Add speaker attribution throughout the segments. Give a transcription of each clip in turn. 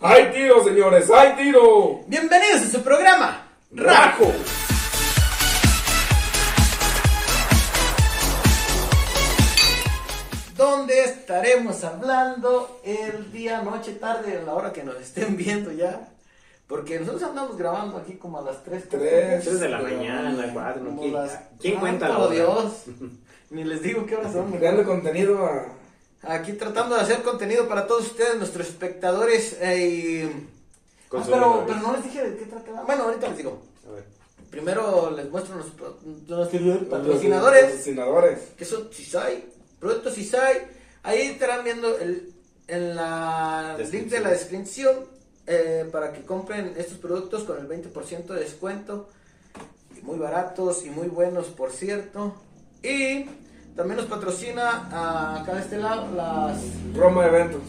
Speaker 1: ¡Hay tiro, señores! ¡Hay tiro!
Speaker 2: Bienvenidos a su programa, Rajo.
Speaker 1: ¡Rajo!
Speaker 2: donde estaremos hablando el día, noche, tarde, a la hora que nos estén viendo ya. Porque nosotros andamos grabando aquí como a las 3,
Speaker 1: Tres.
Speaker 3: Tres de la mañana, cuatro,
Speaker 2: Como
Speaker 3: ¿quién-
Speaker 2: las-
Speaker 3: quién cuenta la
Speaker 2: Santo
Speaker 3: hora?
Speaker 2: Dios. Ni les digo qué horas son.
Speaker 1: Creando contenido a...
Speaker 2: Aquí tratando de hacer contenido para todos ustedes, nuestros espectadores. eh, y- Ah, pero,
Speaker 3: Consumidores.
Speaker 2: pero no les dije de qué trataba. Bueno, ahorita les digo.
Speaker 3: A ver.
Speaker 2: Primero les muestro los, pro- nuestros patrocinadores.
Speaker 1: Patrocinadores.
Speaker 2: que son Sisai, productos Sisai. Ahí estarán viendo el, en la el link de la descripción eh, para que compren estos productos con el 20% de descuento. Y Muy baratos y muy buenos, por cierto. Y también nos patrocina ah, acá de este lado las
Speaker 1: Roma Eventos.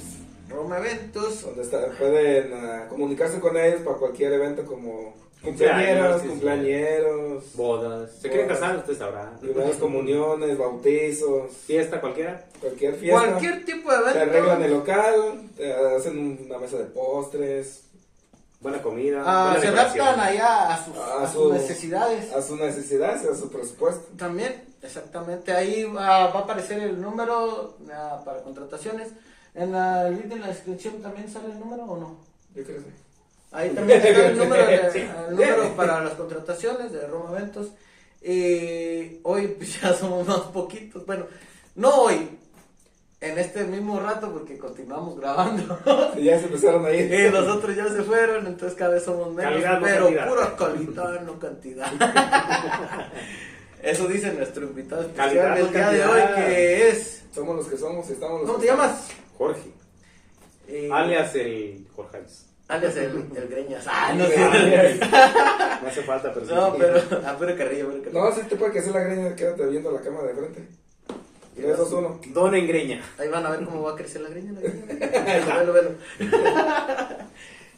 Speaker 2: Roma Eventos.
Speaker 1: Donde está- pueden ah, comunicarse con ellos para cualquier evento como
Speaker 3: Cumpleaños,
Speaker 1: cumpleaños,
Speaker 3: sí, sí.
Speaker 1: cumpleañeros,
Speaker 3: Bodas. ¿Se
Speaker 1: Bodas.
Speaker 3: quieren casar? Ustedes sabrán.
Speaker 1: primeras comuniones, bautizos,
Speaker 3: Fiesta cualquiera.
Speaker 1: cualquier fiesta.
Speaker 2: Cualquier tipo de
Speaker 1: Te arreglan el
Speaker 2: evento.
Speaker 1: local, te hacen una mesa de postres,
Speaker 3: Buena comida.
Speaker 2: ah,
Speaker 3: buena
Speaker 2: se
Speaker 3: decoración.
Speaker 2: adaptan allá a sus,
Speaker 1: A
Speaker 2: a sus
Speaker 1: su-
Speaker 2: necesidades.
Speaker 1: a sus necesidades, a su presupuesto.
Speaker 2: También, exactamente. Ahí va, va a aparecer el número ah, para contrataciones. En la link de la descripción también sale el número o no?
Speaker 1: Yo creo que sí.
Speaker 2: Ahí también sale el número, de-
Speaker 3: Sí.
Speaker 2: el número para las contrataciones de Roma Eventos. Y hoy pues, ya somos más poquitos. Bueno, no hoy. En este mismo rato porque continuamos grabando.
Speaker 1: Y ya se empezaron a ir.
Speaker 2: y los otros ya se fueron, entonces cada vez somos menos.
Speaker 3: Calidad, no
Speaker 2: pero
Speaker 3: cantidad.
Speaker 2: pura calidad, no cantidad. Eso dice nuestro invitado especial
Speaker 3: Calidad, no
Speaker 2: del día de hoy,
Speaker 3: cantidad.
Speaker 2: que es.
Speaker 1: Somos los que somos y estamos los
Speaker 2: ¿Cómo
Speaker 1: que
Speaker 2: te llamas?
Speaker 3: Jorge.
Speaker 2: Eh,
Speaker 3: Alias el Jorge. Alice.
Speaker 2: Alias el, el Greñas. Ah, no,
Speaker 1: estamos.
Speaker 2: sí.
Speaker 3: No hace falta, pero sí.
Speaker 2: No, pero. Ah, pero carrillo, pero carrillo.
Speaker 1: No, si te puede que hacer la greña, quédate viendo la cámara de frente. Tres, dos, uno.
Speaker 3: Don Engreña.
Speaker 2: Ahí van a ver cómo va a crecer la greña. La greña, la greña. velo, velo.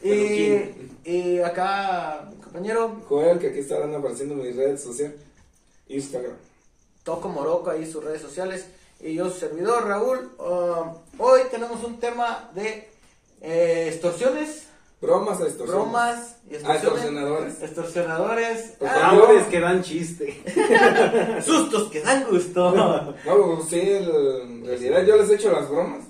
Speaker 3: Peluquín.
Speaker 2: y, y acá, compañero,
Speaker 1: Joel, que aquí estarán apareciendo en mis redes sociales. Instagram.
Speaker 2: Toco Moroco ahí sus redes sociales y yo su servidor Raúl. Um, hoy tenemos un tema de eh, extorsiones,
Speaker 1: Bromas a extorsiones. Ah,
Speaker 2: bromas y
Speaker 1: A
Speaker 2: extorsiones.
Speaker 1: extorsionadores.
Speaker 2: Extorsionadores,
Speaker 1: Por
Speaker 2: ah,
Speaker 1: favor.
Speaker 3: Hombres que dan chiste.
Speaker 2: sustos que dan gusto.
Speaker 1: No, pues, sí, el- en realidad yo les he hecho las bromas.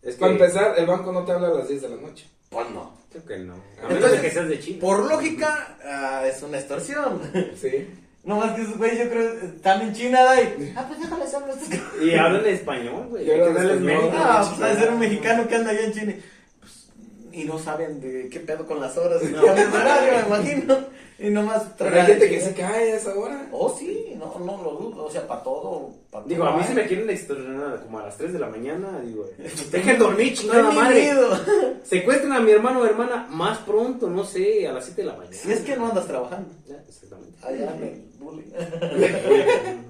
Speaker 3: Es que.
Speaker 1: Para empezar, el banco no te habla a las 10 de la noche.
Speaker 2: Pues no.
Speaker 3: Creo que no. A menos
Speaker 2: Entonces,
Speaker 3: de que seas de Chile.
Speaker 2: Por lógica, ah, es una extorsión.
Speaker 1: Sí.
Speaker 2: No más que esos güeyes, yo creo, están en China, y. Ah, pues déjale hablar estos c-
Speaker 3: Y hablan español, güey.
Speaker 1: Yo
Speaker 3: Hay que
Speaker 1: hablo
Speaker 3: darles
Speaker 1: español.
Speaker 3: mérito.
Speaker 2: Ah, pues ha de ser un mexicano que anda allá en China. Pues, y no saben de qué pedo con las horas. y cambios de horario, me imagino. Y nomás
Speaker 1: Pero hay gente que
Speaker 2: tragan-
Speaker 1: se cae a esa hora.
Speaker 2: Oh, sí, no, no lo dudo, o sea, para todo. para
Speaker 3: Digo,
Speaker 2: todo
Speaker 3: a mí
Speaker 2: hay.
Speaker 3: si me quieren extorsionar como a las 3 de la mañana, digo, eh, dejen dormir,
Speaker 2: No hay
Speaker 3: chingada
Speaker 2: ni
Speaker 3: madre.
Speaker 2: miedo.
Speaker 3: Secuestren a mi hermano o hermana más pronto, no sé, a las 7 de la mañana.
Speaker 2: Si es que no andas trabajando.
Speaker 3: Ya, Exactamente.
Speaker 2: Allá me bullying.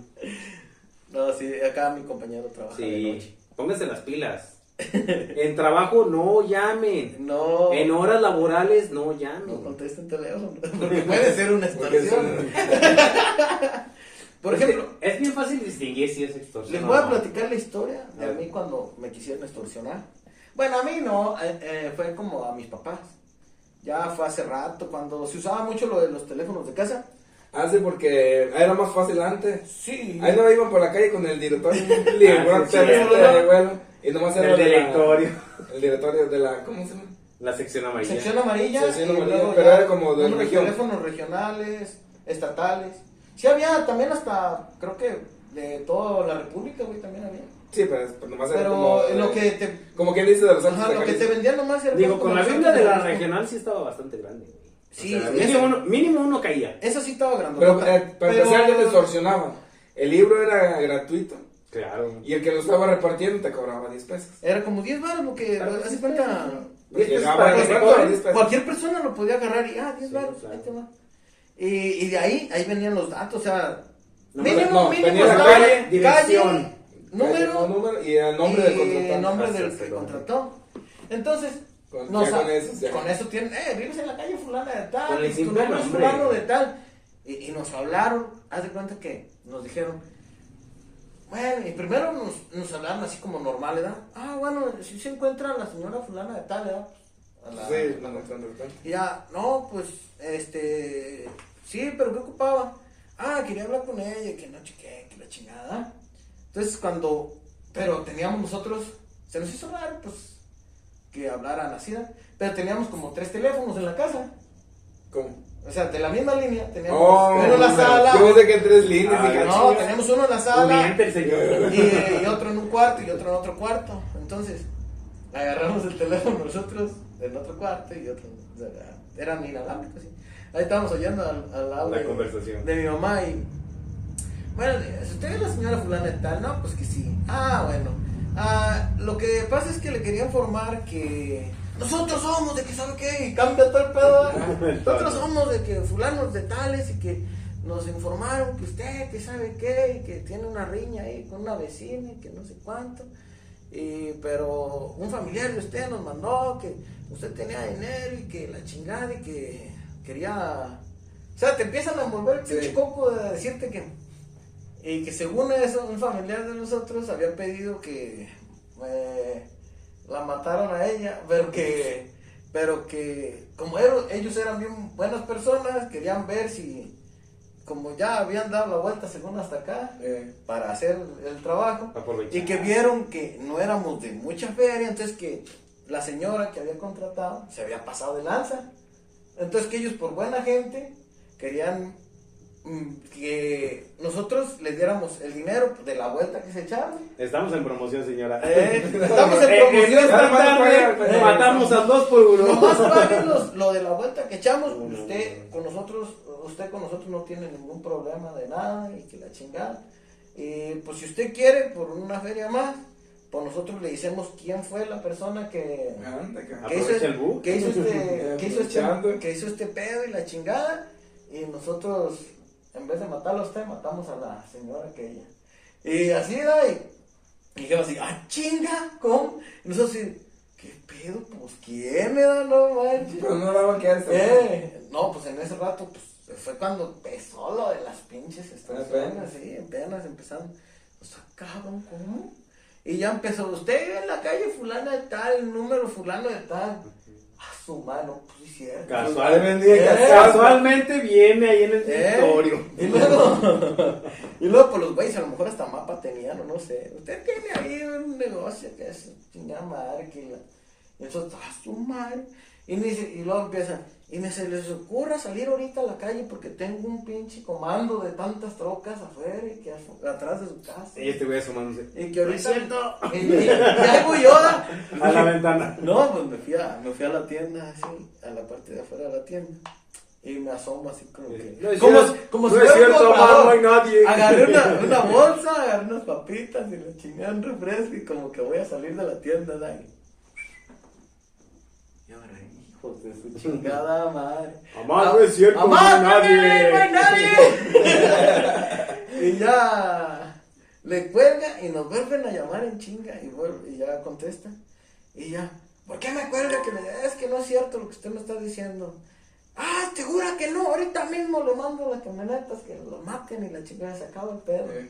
Speaker 2: No, sí, acá mi compañero trabaja de noche.
Speaker 3: Sí, pónganse las pilas. En trabajo no llamen.
Speaker 2: No,
Speaker 3: En horas laborales no
Speaker 2: no
Speaker 3: llamen.
Speaker 2: contesten teléfono. Porque puede ser una
Speaker 1: Porque es
Speaker 2: extorsión.
Speaker 1: un-
Speaker 2: Por ejemplo,
Speaker 3: Es bien fácil distinguir si es extorsión.
Speaker 2: les
Speaker 3: o
Speaker 2: voy a
Speaker 3: no.
Speaker 2: platicar la historia de
Speaker 3: A
Speaker 2: a
Speaker 3: ver.
Speaker 2: mí cuando me quisieron extorsionar. Bueno, a mí no, eh, eh, fue como a mis papás. Ya fue hace rato, cuando se usaba mucho lo de los teléfonos de casa.
Speaker 1: Ah, sí, porque era más fácil antes.
Speaker 2: Sí.
Speaker 1: Ahí no iban por la calle con el directorio. Libro,
Speaker 3: Ah, sí,
Speaker 1: teléfono
Speaker 3: cierto.
Speaker 1: de vuelo. Y nomás era
Speaker 3: El
Speaker 1: de la-
Speaker 3: directorio.
Speaker 1: El directorio de la. ¿Cómo se llama?
Speaker 3: La sección amarilla.
Speaker 2: Sección amarilla.
Speaker 1: Sección
Speaker 2: y
Speaker 1: amarilla,
Speaker 2: luego
Speaker 1: pero
Speaker 2: ya
Speaker 1: era como de
Speaker 2: números
Speaker 1: región.
Speaker 2: teléfonos regionales, estatales. Sí había también hasta, creo que de toda la república, güey, también había.
Speaker 1: Sí, pero, pero nomás era
Speaker 2: Pero
Speaker 1: como.
Speaker 2: lo que te...
Speaker 1: Como quien dice de los santos
Speaker 2: ajá,
Speaker 1: de
Speaker 2: lo que te
Speaker 1: Jalisco.
Speaker 2: vendían nomás era
Speaker 3: Digo,
Speaker 2: más
Speaker 3: con
Speaker 2: como
Speaker 3: la
Speaker 2: los
Speaker 3: biblia de
Speaker 2: santos
Speaker 3: la
Speaker 2: Jalisco.
Speaker 3: regional sí estaba bastante grande, güey.
Speaker 2: Sí,
Speaker 3: O sea,
Speaker 2: esa-
Speaker 3: mínimo, uno, mínimo uno caía.
Speaker 2: Esa sí estaba grande.
Speaker 1: Pero eh, para empezar ya te extorsionaban. El libro era gratuito
Speaker 3: Claro.
Speaker 1: y el que lo estaba repartiendo te cobraba 10 pesos.
Speaker 2: Era como 10 baros lo que...
Speaker 3: Claro,
Speaker 2: hace
Speaker 3: sí,
Speaker 2: cuenta...
Speaker 3: Y esto es
Speaker 1: Llegaba
Speaker 3: para
Speaker 1: el
Speaker 3: que se
Speaker 1: banco,
Speaker 3: cobren.
Speaker 1: 10 pesos.
Speaker 2: Cualquier persona lo podía agarrar y, ah, 10
Speaker 3: Sí,
Speaker 2: baros,
Speaker 3: claro.
Speaker 2: ahí te va. Y, y de ahí, ahí venían los datos, o sea...
Speaker 3: No,
Speaker 2: mínimo,
Speaker 1: no,
Speaker 2: mínimo,
Speaker 1: venía la
Speaker 2: estaba
Speaker 1: calle,
Speaker 3: dirección.
Speaker 2: número,
Speaker 1: El número y el nombre del
Speaker 2: y
Speaker 1: contratante.
Speaker 2: Eh, nombre
Speaker 3: Ah,
Speaker 2: del
Speaker 3: sí,
Speaker 2: que
Speaker 3: sí,
Speaker 2: contrató. Entonces,
Speaker 1: Con-
Speaker 2: no
Speaker 1: Pues, ya
Speaker 2: sa-
Speaker 1: con eso, ya.
Speaker 2: con eso tienen, eh, vives en la calle fulana de tal,
Speaker 3: Con el
Speaker 2: tu
Speaker 3: simple
Speaker 2: nombre es
Speaker 3: nombre.
Speaker 2: fulano de tal. Y, y nos hablaron, haz de cuenta que nos dijeron, bueno, y primero nos, nos hablaron así como normal, ¿verdad? Ah, bueno, si se encuentra la señora fulana de tal, ¿verdad? a la-
Speaker 1: Sí,
Speaker 2: a la-
Speaker 1: no tanto, tanto.
Speaker 2: Y ya, no, pues, este, sí, pero ¿qué ocupaba? Ah, quería hablar con ella, que no chequé, que la chingada. Entonces, cuando, pero teníamos nosotros, se nos hizo raro, pues, que hablara nacida, pero teníamos como tres teléfonos en la casa.
Speaker 1: ¿Cómo?
Speaker 2: O sea, de la misma línea teníamos
Speaker 1: Oh,
Speaker 2: uno en la
Speaker 1: pero
Speaker 2: sala.
Speaker 1: Yo pensé que en tres líneas.
Speaker 3: Ah,
Speaker 1: dije,
Speaker 2: No,
Speaker 1: chinga.
Speaker 2: tenemos uno en la sala
Speaker 3: Pudiente el señor.
Speaker 2: y, y otro en un cuarto y otro en otro cuarto. Entonces, agarramos el teléfono nosotros en otro cuarto y otro. o sea, Eran inalámbricos, sí. Ahí estábamos oyendo al, al lado
Speaker 4: La
Speaker 2: de-
Speaker 4: conversación.
Speaker 2: de mi mamá y. Bueno, si usted es la señora fulana y tal, no, pues que sí. Ah, bueno. Ah, lo que pasa es que le quería informar que nosotros somos de que sabe qué, y cambia todo el pedo. ¿eh? Nosotros somos de que fulanos de tales y que nos informaron que usted que sabe qué, y que tiene una riña ahí con una vecina y que no sé cuánto. Y, pero un familiar de usted nos mandó que usted tenía dinero y que la chingada y que quería. O sea, te empiezan a envolver el
Speaker 1: Sí.
Speaker 2: pinche coco de decirte que. Y que según eso, un familiar de nosotros había pedido que. eh, la mataron a ella, pero que. Pero que. Como er- ellos eran bien buenas personas, querían ver si. Como ya habían dado la vuelta según hasta acá,
Speaker 1: Eh,
Speaker 2: para hacer el trabajo.
Speaker 4: Aprovechar.
Speaker 2: Y que vieron que no éramos de mucha feria, entonces que la señora que había contratado se había pasado de lanza. Entonces que ellos por buena gente querían mm, que nosotros les diéramos el dinero de la vuelta que se echaron.
Speaker 4: Estamos en promoción, señora.
Speaker 2: Eh, estamos en
Speaker 3: Eh,
Speaker 2: promoción
Speaker 3: eh,
Speaker 2: esta
Speaker 1: más
Speaker 2: tarde.
Speaker 1: pagan,
Speaker 2: Eh,
Speaker 3: Matamos a dos por uno.
Speaker 2: Nomás paguen los- lo de la vuelta que echamos,
Speaker 4: No, no,
Speaker 2: usted
Speaker 4: no.
Speaker 2: con nosotros, usted con nosotros no tiene ningún problema de nada y que la chingada. Eh, pues si usted quiere por una feria más, pues nosotros le decimos quién fue la persona que,
Speaker 1: anda, cabrón.
Speaker 2: que hizo,
Speaker 4: Aprovecha el bug.
Speaker 2: que hizo este,
Speaker 1: Eh,
Speaker 2: que hizo este,
Speaker 1: aprovechando.
Speaker 2: que hizo este pedo y la chingada y nosotros en vez de matarlo a usted matamos a la señora que ella. Y así da y y yo así, ah, chinga, ¿cómo? Y nosotros así, ¿qué pedo? Pues, ¿quién me da? No manches.
Speaker 1: Pero no la van a quedar esta mujer.
Speaker 2: Eh, no, pues en ese rato, pues, fue cuando empezó lo de las pinches estaciones,
Speaker 1: Apenas.
Speaker 2: sí, apenas empezando. O sea, cabrón, ¿cómo? Y ya empezó, usted vive en la calle fulana de tal, número fulano de tal. A su mano, pues, sí, cierto.
Speaker 4: Casualmente.
Speaker 1: Eh,
Speaker 3: Casualmente viene ahí en el
Speaker 2: Eh,
Speaker 3: escritorio.
Speaker 2: Y luego, y luego, pues los güeyes a lo mejor hasta mapa tenían, o no sé. Usted tiene ahí un negocio que es chingada madre, que la. Y nosotros, ah, su madre. Y, me dice- y luego empiezan, y me se les ocurra salir ahorita a la calle porque tengo un pinche comando de tantas trocas afuera y que afu- atrás de su casa.
Speaker 4: Y este güey asomándose.
Speaker 2: Y que
Speaker 4: No es
Speaker 2: ahorita.
Speaker 4: cierto.
Speaker 2: Y, y- y ahí voy yo.
Speaker 4: A la ventana.
Speaker 2: No, pues me fui, a, me fui a la tienda, así, a la parte de afuera de la tienda. Y me asomo así como que.
Speaker 3: No es
Speaker 2: como,
Speaker 3: cierto,
Speaker 2: si- como
Speaker 3: no
Speaker 2: si
Speaker 3: es
Speaker 2: fuera un
Speaker 3: cierto,
Speaker 2: comprador.
Speaker 3: mamá, no hay nadie.
Speaker 2: Agarré una, una bolsa, agarré unas papitas y le chingué un refresco y como que voy a salir de la tienda, Dani. Y ahora, hijos de su chingada madre.
Speaker 4: Mamá, no es cierto,
Speaker 2: Mamá,
Speaker 4: no hay nadie.
Speaker 2: no hay nadie. y ya le cuelga y nos vuelven a llamar en chinga y, vuelve, y ya contesta. Y ya, ¿por qué me cuelga? Que me- es que no es cierto lo que usted me está diciendo. Ah, segura que no, ahorita mismo lo mando a las camionetas que lo maten y la chingada se acaba el pedo.
Speaker 1: Eh,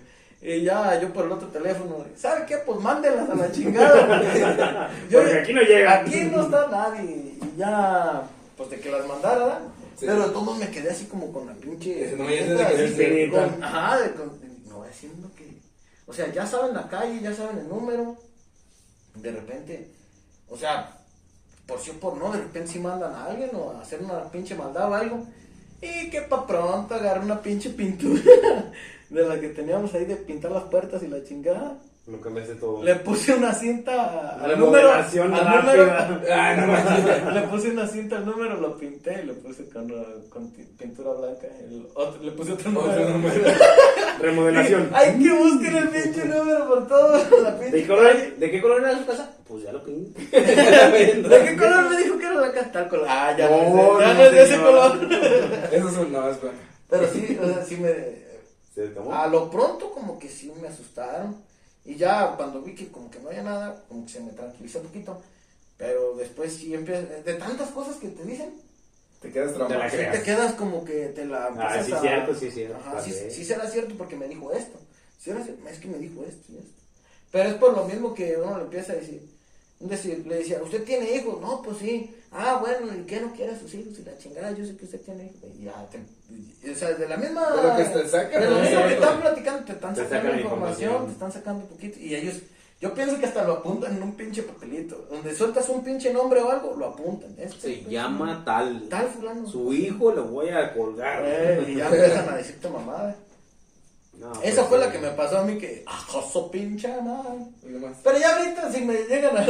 Speaker 2: Y ya, yo por el otro teléfono, ¿sabe qué? Pues mándenlas a la chingada.
Speaker 3: Porque aquí no llegan.
Speaker 2: Aquí no está nadie. Y ya, pues de que las mandara, ¿verdad?
Speaker 1: Sí.
Speaker 2: Pero de todo me quedé así como con la pinche.
Speaker 1: Ese no, ya sé de
Speaker 2: así,
Speaker 1: que eres
Speaker 2: de-
Speaker 3: penita.
Speaker 2: con- Ajá, de con- de- no haciendo que. O sea, ya saben la calle, ya saben el número. De repente, o sea, por sí o por no, de repente si mandan a alguien o a hacer una pinche maldad o algo. Y que pa' pronto agarré una pinche pintura de la que teníamos ahí de pintar las puertas y la chingada.
Speaker 4: Lo cambiaste todo.
Speaker 2: Le puse una cinta al número. Al
Speaker 3: Remodelación rápida.
Speaker 2: número
Speaker 1: Ah, no manches.
Speaker 2: le puse una cinta al número, lo pinté y lo puse con, uh, con ti- pintura blanca. El otro- le puse otro número.
Speaker 1: Otro número.
Speaker 4: Remodelación.
Speaker 2: Ay, que busquen
Speaker 4: Mm.
Speaker 2: el pinche número por todo. La pinche
Speaker 3: ¿De, qué color, ¿De qué color era su casa? Pues ya lo pinté.
Speaker 2: ¿De qué color me dijo que era blanca? Tal color. Ah, ya no,
Speaker 4: No,
Speaker 2: es de- ya
Speaker 4: no,
Speaker 2: no es de ese
Speaker 4: señor.
Speaker 2: color.
Speaker 1: Eso es un no, es bueno.
Speaker 2: Pero sí, o sea, sí me.
Speaker 4: Se tomó.
Speaker 2: A lo pronto como que sí me asustaron. Y ya cuando vi que como que no había nada, como que se me tranquilizó un poquito. Pero después sí empieza- de tantas cosas que te dicen,
Speaker 1: Te quedas
Speaker 4: Te la
Speaker 1: traumado.
Speaker 2: sí
Speaker 4: creas.
Speaker 2: te quedas como que te la
Speaker 4: Ah,
Speaker 2: empiezas
Speaker 4: sí,
Speaker 2: a-
Speaker 4: cierto, sí, cierto.
Speaker 2: pues Ajá, sí,
Speaker 4: Vale.
Speaker 2: sí será cierto porque me dijo esto. Sí era cier- es que me dijo esto y esto. Pero es por lo mismo que uno le empieza a decir, Un decir, le decía, ¿usted tiene hijos? No, pues sí. Ah, bueno, ¿y qué no quiere a sus hijos? Y la chingada, yo sé que usted tiene hijos. Y ya, te- y- o sea, de la misma.
Speaker 1: De lo que te sacan,
Speaker 2: de lo
Speaker 1: ¿no?
Speaker 2: mismo que están platicando, te están
Speaker 4: Te
Speaker 2: sacando
Speaker 4: sacan la
Speaker 2: información,
Speaker 4: información.
Speaker 2: te están sacando poquito. Y ellos, yo pienso que hasta lo apuntan en un pinche papelito. Donde sueltas un pinche nombre o algo, lo apuntan. Este
Speaker 3: Se
Speaker 2: pinche
Speaker 3: llama tal.
Speaker 2: Tal fulano.
Speaker 3: Su hijo lo voy a colgar.
Speaker 2: Eh, y ya empiezan a decirte mamada.
Speaker 4: No,
Speaker 2: Esa
Speaker 4: pues,
Speaker 2: fue la
Speaker 4: sí.
Speaker 2: que me pasó a mí que, ah, joso pincha, nada.
Speaker 1: Y nomás.
Speaker 2: Pero ya ahorita si me llegan a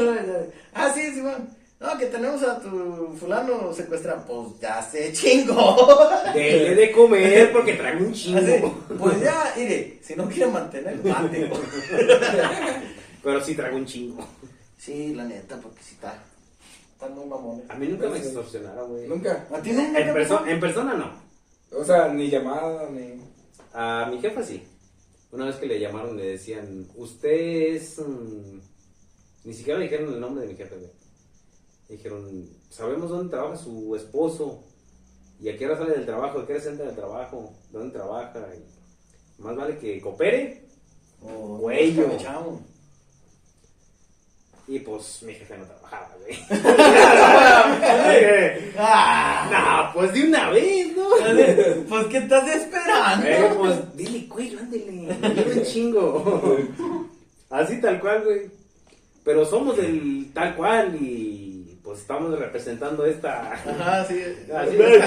Speaker 2: ah, sí, Simón. No, que tenemos a tu fulano secuestrado. Pues ya se chingó.
Speaker 3: Dele de comer porque trae un chingo.
Speaker 2: Así, pues ya, mire, si no quiere mantener, mate.
Speaker 3: Pero sí trae un chingo.
Speaker 2: Sí, la neta, porque si está. Están muy mamones.
Speaker 3: A mí nunca me extorsionaron, güey.
Speaker 1: Nunca.
Speaker 2: ¿A ti nunca te
Speaker 3: En, perso-
Speaker 2: pasó?
Speaker 3: en persona no.
Speaker 1: O sea, ni llamada, ni.
Speaker 3: A mi jefa sí. Una vez que le llamaron le decían, usted es... mm, Ni siquiera le dijeron el nombre de mi jefe, güey. Le Dijeron, sabemos dónde trabaja su esposo. Y a qué hora sale del trabajo, a qué hora se entra del trabajo, dónde trabaja. y más vale que coopere.
Speaker 2: Oh,
Speaker 3: Cuello.
Speaker 2: búscame, chavo.
Speaker 3: Y pues mi jefe no trabajaba, güey.
Speaker 2: Ah,
Speaker 3: no, pues de una vez, ¿no?
Speaker 2: pues ¿qué estás esperando?
Speaker 3: Eh, pues dile, güey, ándele, dile un chingo. Así tal cual, güey. Pero somos del tal cual y pues estamos representando esta.
Speaker 2: Ajá, sí.
Speaker 3: Así, me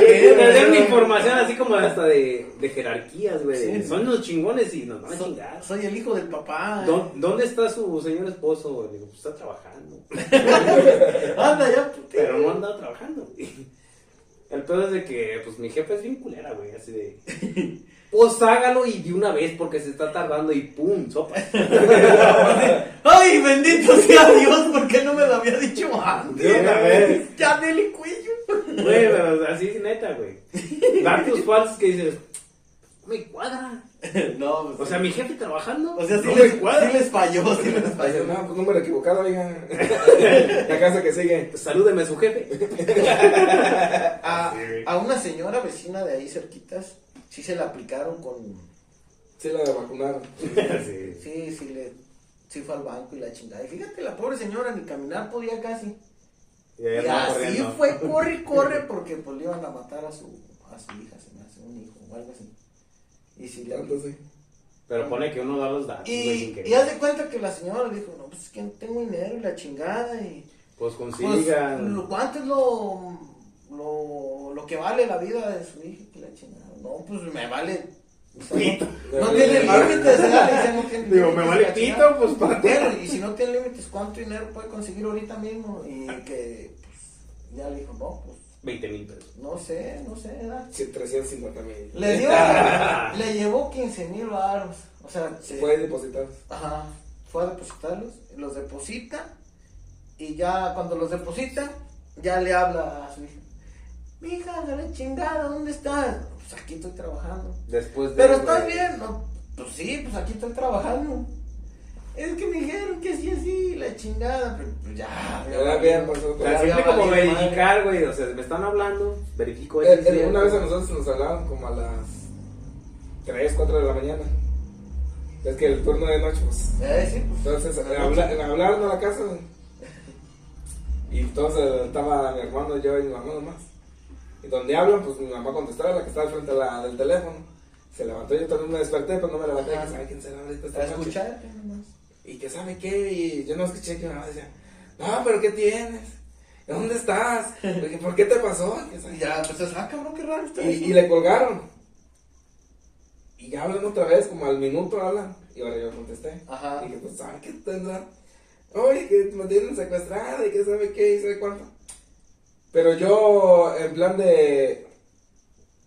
Speaker 3: dieron información así como hasta de, de jerarquías, güey.
Speaker 2: Sí.
Speaker 3: Son los chingones y nos van a
Speaker 2: So-
Speaker 3: chingar.
Speaker 2: soy el hijo del papá. eh.
Speaker 3: ¿Dó- ¿Dónde está su señor esposo? Le digo, pues está trabajando.
Speaker 2: Anda ya, putín.
Speaker 3: Pero no andaba trabajando, güey. El pedo es de que, pues, mi jefe es bien culera, güey, así de... Pues hágalo y de una vez porque se está tardando y pum, sopa.
Speaker 2: Ay, bendito sea Dios, ¿por qué no me lo había dicho antes?
Speaker 4: De una vez.
Speaker 2: Ya del cuello.
Speaker 3: Güey, pero así es neta, güey. Datos falsos que dices, "No me cuadra.
Speaker 2: No, pues,
Speaker 3: O sea, mi jefe trabajando.
Speaker 2: o sea, sí,
Speaker 3: no
Speaker 2: les,
Speaker 3: me cuadra.
Speaker 2: sí les falló, sí les
Speaker 1: Ay,
Speaker 2: falló.
Speaker 1: no, pues número equivocado, oiga. La casa que sigue.
Speaker 3: Salúdeme a su jefe.
Speaker 2: A, a una señora vecina de ahí cerquitas, sí se la aplicaron con.
Speaker 1: Sí, la vacunaron.
Speaker 4: Sí.
Speaker 2: Sí, sí le. Sí fue al banco y la chingada. Y fíjate, la pobre señora ni caminar podía casi.
Speaker 4: Y
Speaker 2: Y
Speaker 4: ahí andaba
Speaker 2: así
Speaker 4: corriendo.
Speaker 2: fue, corre, y corre, porque pues le iban a matar a su, a su hija, se me hace un hijo o algo así. Y si le
Speaker 1: Tanto sí.
Speaker 3: Pero pone que uno da los datos, güey, sin
Speaker 2: Y,
Speaker 3: querer.
Speaker 2: y haz de cuenta que la señora le dijo, no, pues es que no tengo dinero y la chingada y...
Speaker 3: Pues
Speaker 2: Pues,
Speaker 3: consigan.
Speaker 2: lo- ¿Cuánto es lo, lo, lo que vale la vida de su hija? Que la chingada. No, pues me vale... o sea, no, no tiene límites, o sea, le dice, no tiene
Speaker 4: Digo, me
Speaker 2: límites,
Speaker 4: vale
Speaker 2: la
Speaker 4: pito,
Speaker 2: chingada.
Speaker 4: pues para
Speaker 2: Pero, y si no tiene límites, ¿cuánto dinero puede conseguir ahorita mismo? Y que, pues, ya le dijo, no, pues,
Speaker 3: 20 mil pesos.
Speaker 2: no sé, no sé, ¿verdad?
Speaker 1: Sí, 350 mil.
Speaker 2: Le dio, le llevó 15 mil baros. O sea, se-
Speaker 1: Fue depositar.
Speaker 2: Ajá. Fue a depositarlos, los deposita y ya cuando los deposita, ya le habla a su hija. Mi hija, de la chingada, ¿dónde estás? Pues aquí estoy trabajando.
Speaker 1: Pues
Speaker 3: Después de.
Speaker 2: Pero estás bien, no, pues sí, pues aquí estoy trabajando. Es que me dijeron que sí, así, la chingada, pero pues ya, ya
Speaker 1: Era
Speaker 2: valió.
Speaker 1: bien, pues,
Speaker 3: O sea,
Speaker 1: otra.
Speaker 2: Gracias.
Speaker 3: siempre como
Speaker 2: Valió madre.
Speaker 3: verificar, güey. O sea, me están hablando, verifico.
Speaker 1: Eh,
Speaker 3: si es
Speaker 1: eh, Una
Speaker 3: cierto.
Speaker 1: vez a nosotros nos hablaban como a las 3, 4 de la mañana. Es que el turno de noche, pues.
Speaker 2: Eh, sí, pues.
Speaker 1: Entonces, eh, habla- eh, hablaron a la casa. Y entonces eh, estaba mi hermano, yo y mi mamá nomás. Y donde hablan, pues mi mamá contestaba, la que estaba al frente de la- del teléfono. Se levantó, yo también me desperté, pero no me levanté.
Speaker 2: Ajá.
Speaker 1: Que sabe quién será ahorita
Speaker 2: A
Speaker 1: esta noche.
Speaker 2: escuchar, nomás.
Speaker 1: Y que sabe qué, y yo no escuché que mi mamá decía, no, pero ¿qué tienes? ¿Dónde estás? Porque, ¿Por qué te pasó? Que sabe-
Speaker 2: Y ya, pues, ah, cabrón, qué raro está.
Speaker 1: Y, y le colgaron. Y ya hablan otra vez, como al minuto hablan. Y ahora yo contesté.
Speaker 2: Ajá.
Speaker 1: Y dije, pues, ¿saben qué tendrán? Oye, que me tienen secuestrada y que sabe qué y sabe cuánto. Pero yo, en plan de.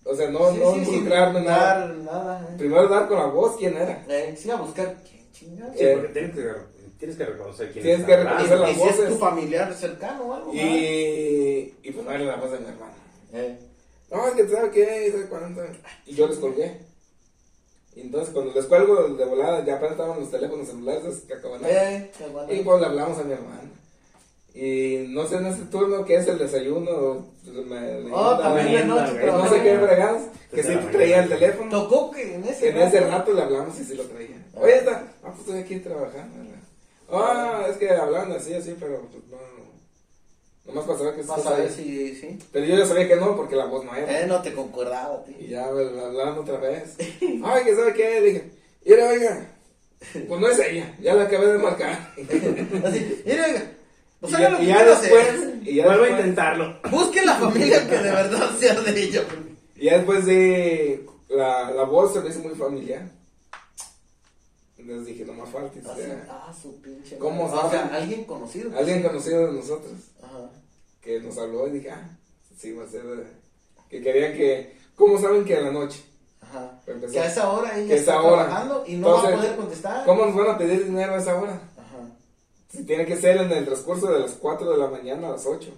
Speaker 1: O sea, no,
Speaker 2: Sí,
Speaker 1: no
Speaker 2: sí, sí,
Speaker 1: involucrarme en nada.
Speaker 2: dar nada. eh.
Speaker 1: Primero dar con la voz quién era.
Speaker 2: Eh, sí, a buscar quién chingados.
Speaker 3: Sí, porque tienes que, tienes que reconocer quién
Speaker 1: eh, Tienes
Speaker 3: está
Speaker 1: que
Speaker 3: hablando.
Speaker 1: reconocer
Speaker 2: y,
Speaker 1: las
Speaker 2: y si es tu
Speaker 1: voces.
Speaker 2: familiar cercano o algo. ¿verdad?
Speaker 1: Y. Y pues, no era la voz de mi hermana.
Speaker 2: Eh,
Speaker 1: No, es que sabe qué y sabe cuánto. Y yo les colgué. Y entonces, cuando les cuelgo de volada, ya apenas estaban los teléfonos celulares esos que acaban de.
Speaker 2: eh, qué bueno.
Speaker 1: Y pues le hablamos a mi hermano. Y no sé en ese turno qué es el desayuno. pues, me- le-
Speaker 2: Oh, también de
Speaker 3: Mierda,
Speaker 2: noche.
Speaker 3: güey.
Speaker 1: Pues, no sé qué fregados. Que sí traía el teléfono.
Speaker 2: Tocó que en ese.
Speaker 1: ah, En ese rato le hablamos y sí lo traía. Oye, está. Ah, pues estoy aquí trabajando. ¿verdad? Ah, es que hablaban así, así, pero pues no. Nomás para saber que
Speaker 2: Vas a ver si, sí.
Speaker 1: Pero yo ya sabía que no, porque la voz no era.
Speaker 2: Eh, no te concordaba,
Speaker 1: Y
Speaker 2: tío.
Speaker 1: ya me la hablaron otra vez. Ay, que sabe qué, dije. Mira, oiga. Pues no es ella, ya la acabé de marcar.
Speaker 2: Así, mira, oiga, pues
Speaker 1: y
Speaker 2: haga lo
Speaker 1: ya,
Speaker 2: que
Speaker 1: y ya
Speaker 2: quiera
Speaker 1: después.
Speaker 2: hacer.
Speaker 1: Y ya
Speaker 3: Vuelvo a
Speaker 1: después-
Speaker 3: intentarlo.
Speaker 2: Busquen la familia que de verdad sea de ellos.
Speaker 1: Y ya después de la, la voz se me hizo muy familiar. Entonces dije, no más falta. o
Speaker 2: Así,
Speaker 1: sea,
Speaker 2: ah, su pinche.
Speaker 1: ¿Cómo
Speaker 2: madre. O sea,
Speaker 1: saben?
Speaker 2: alguien conocido. pues,
Speaker 1: Alguien
Speaker 2: sí.
Speaker 1: conocido de nosotros
Speaker 2: Ajá.
Speaker 1: que nos habló y dije, ah, sí, va a ser. eh, Que querían que. ¿Cómo saben que a la noche?
Speaker 2: Ajá.
Speaker 1: Para empezar.
Speaker 2: Que a esa hora ella
Speaker 1: Que a
Speaker 2: está
Speaker 1: esa hora.
Speaker 2: trabajando y no va a
Speaker 1: Entonces,
Speaker 2: poder contestar.
Speaker 1: ¿Cómo nos van a pedir dinero a esa hora?
Speaker 2: Ajá.
Speaker 1: Si tiene que ser en el transcurso de las 4 de la mañana a las 8.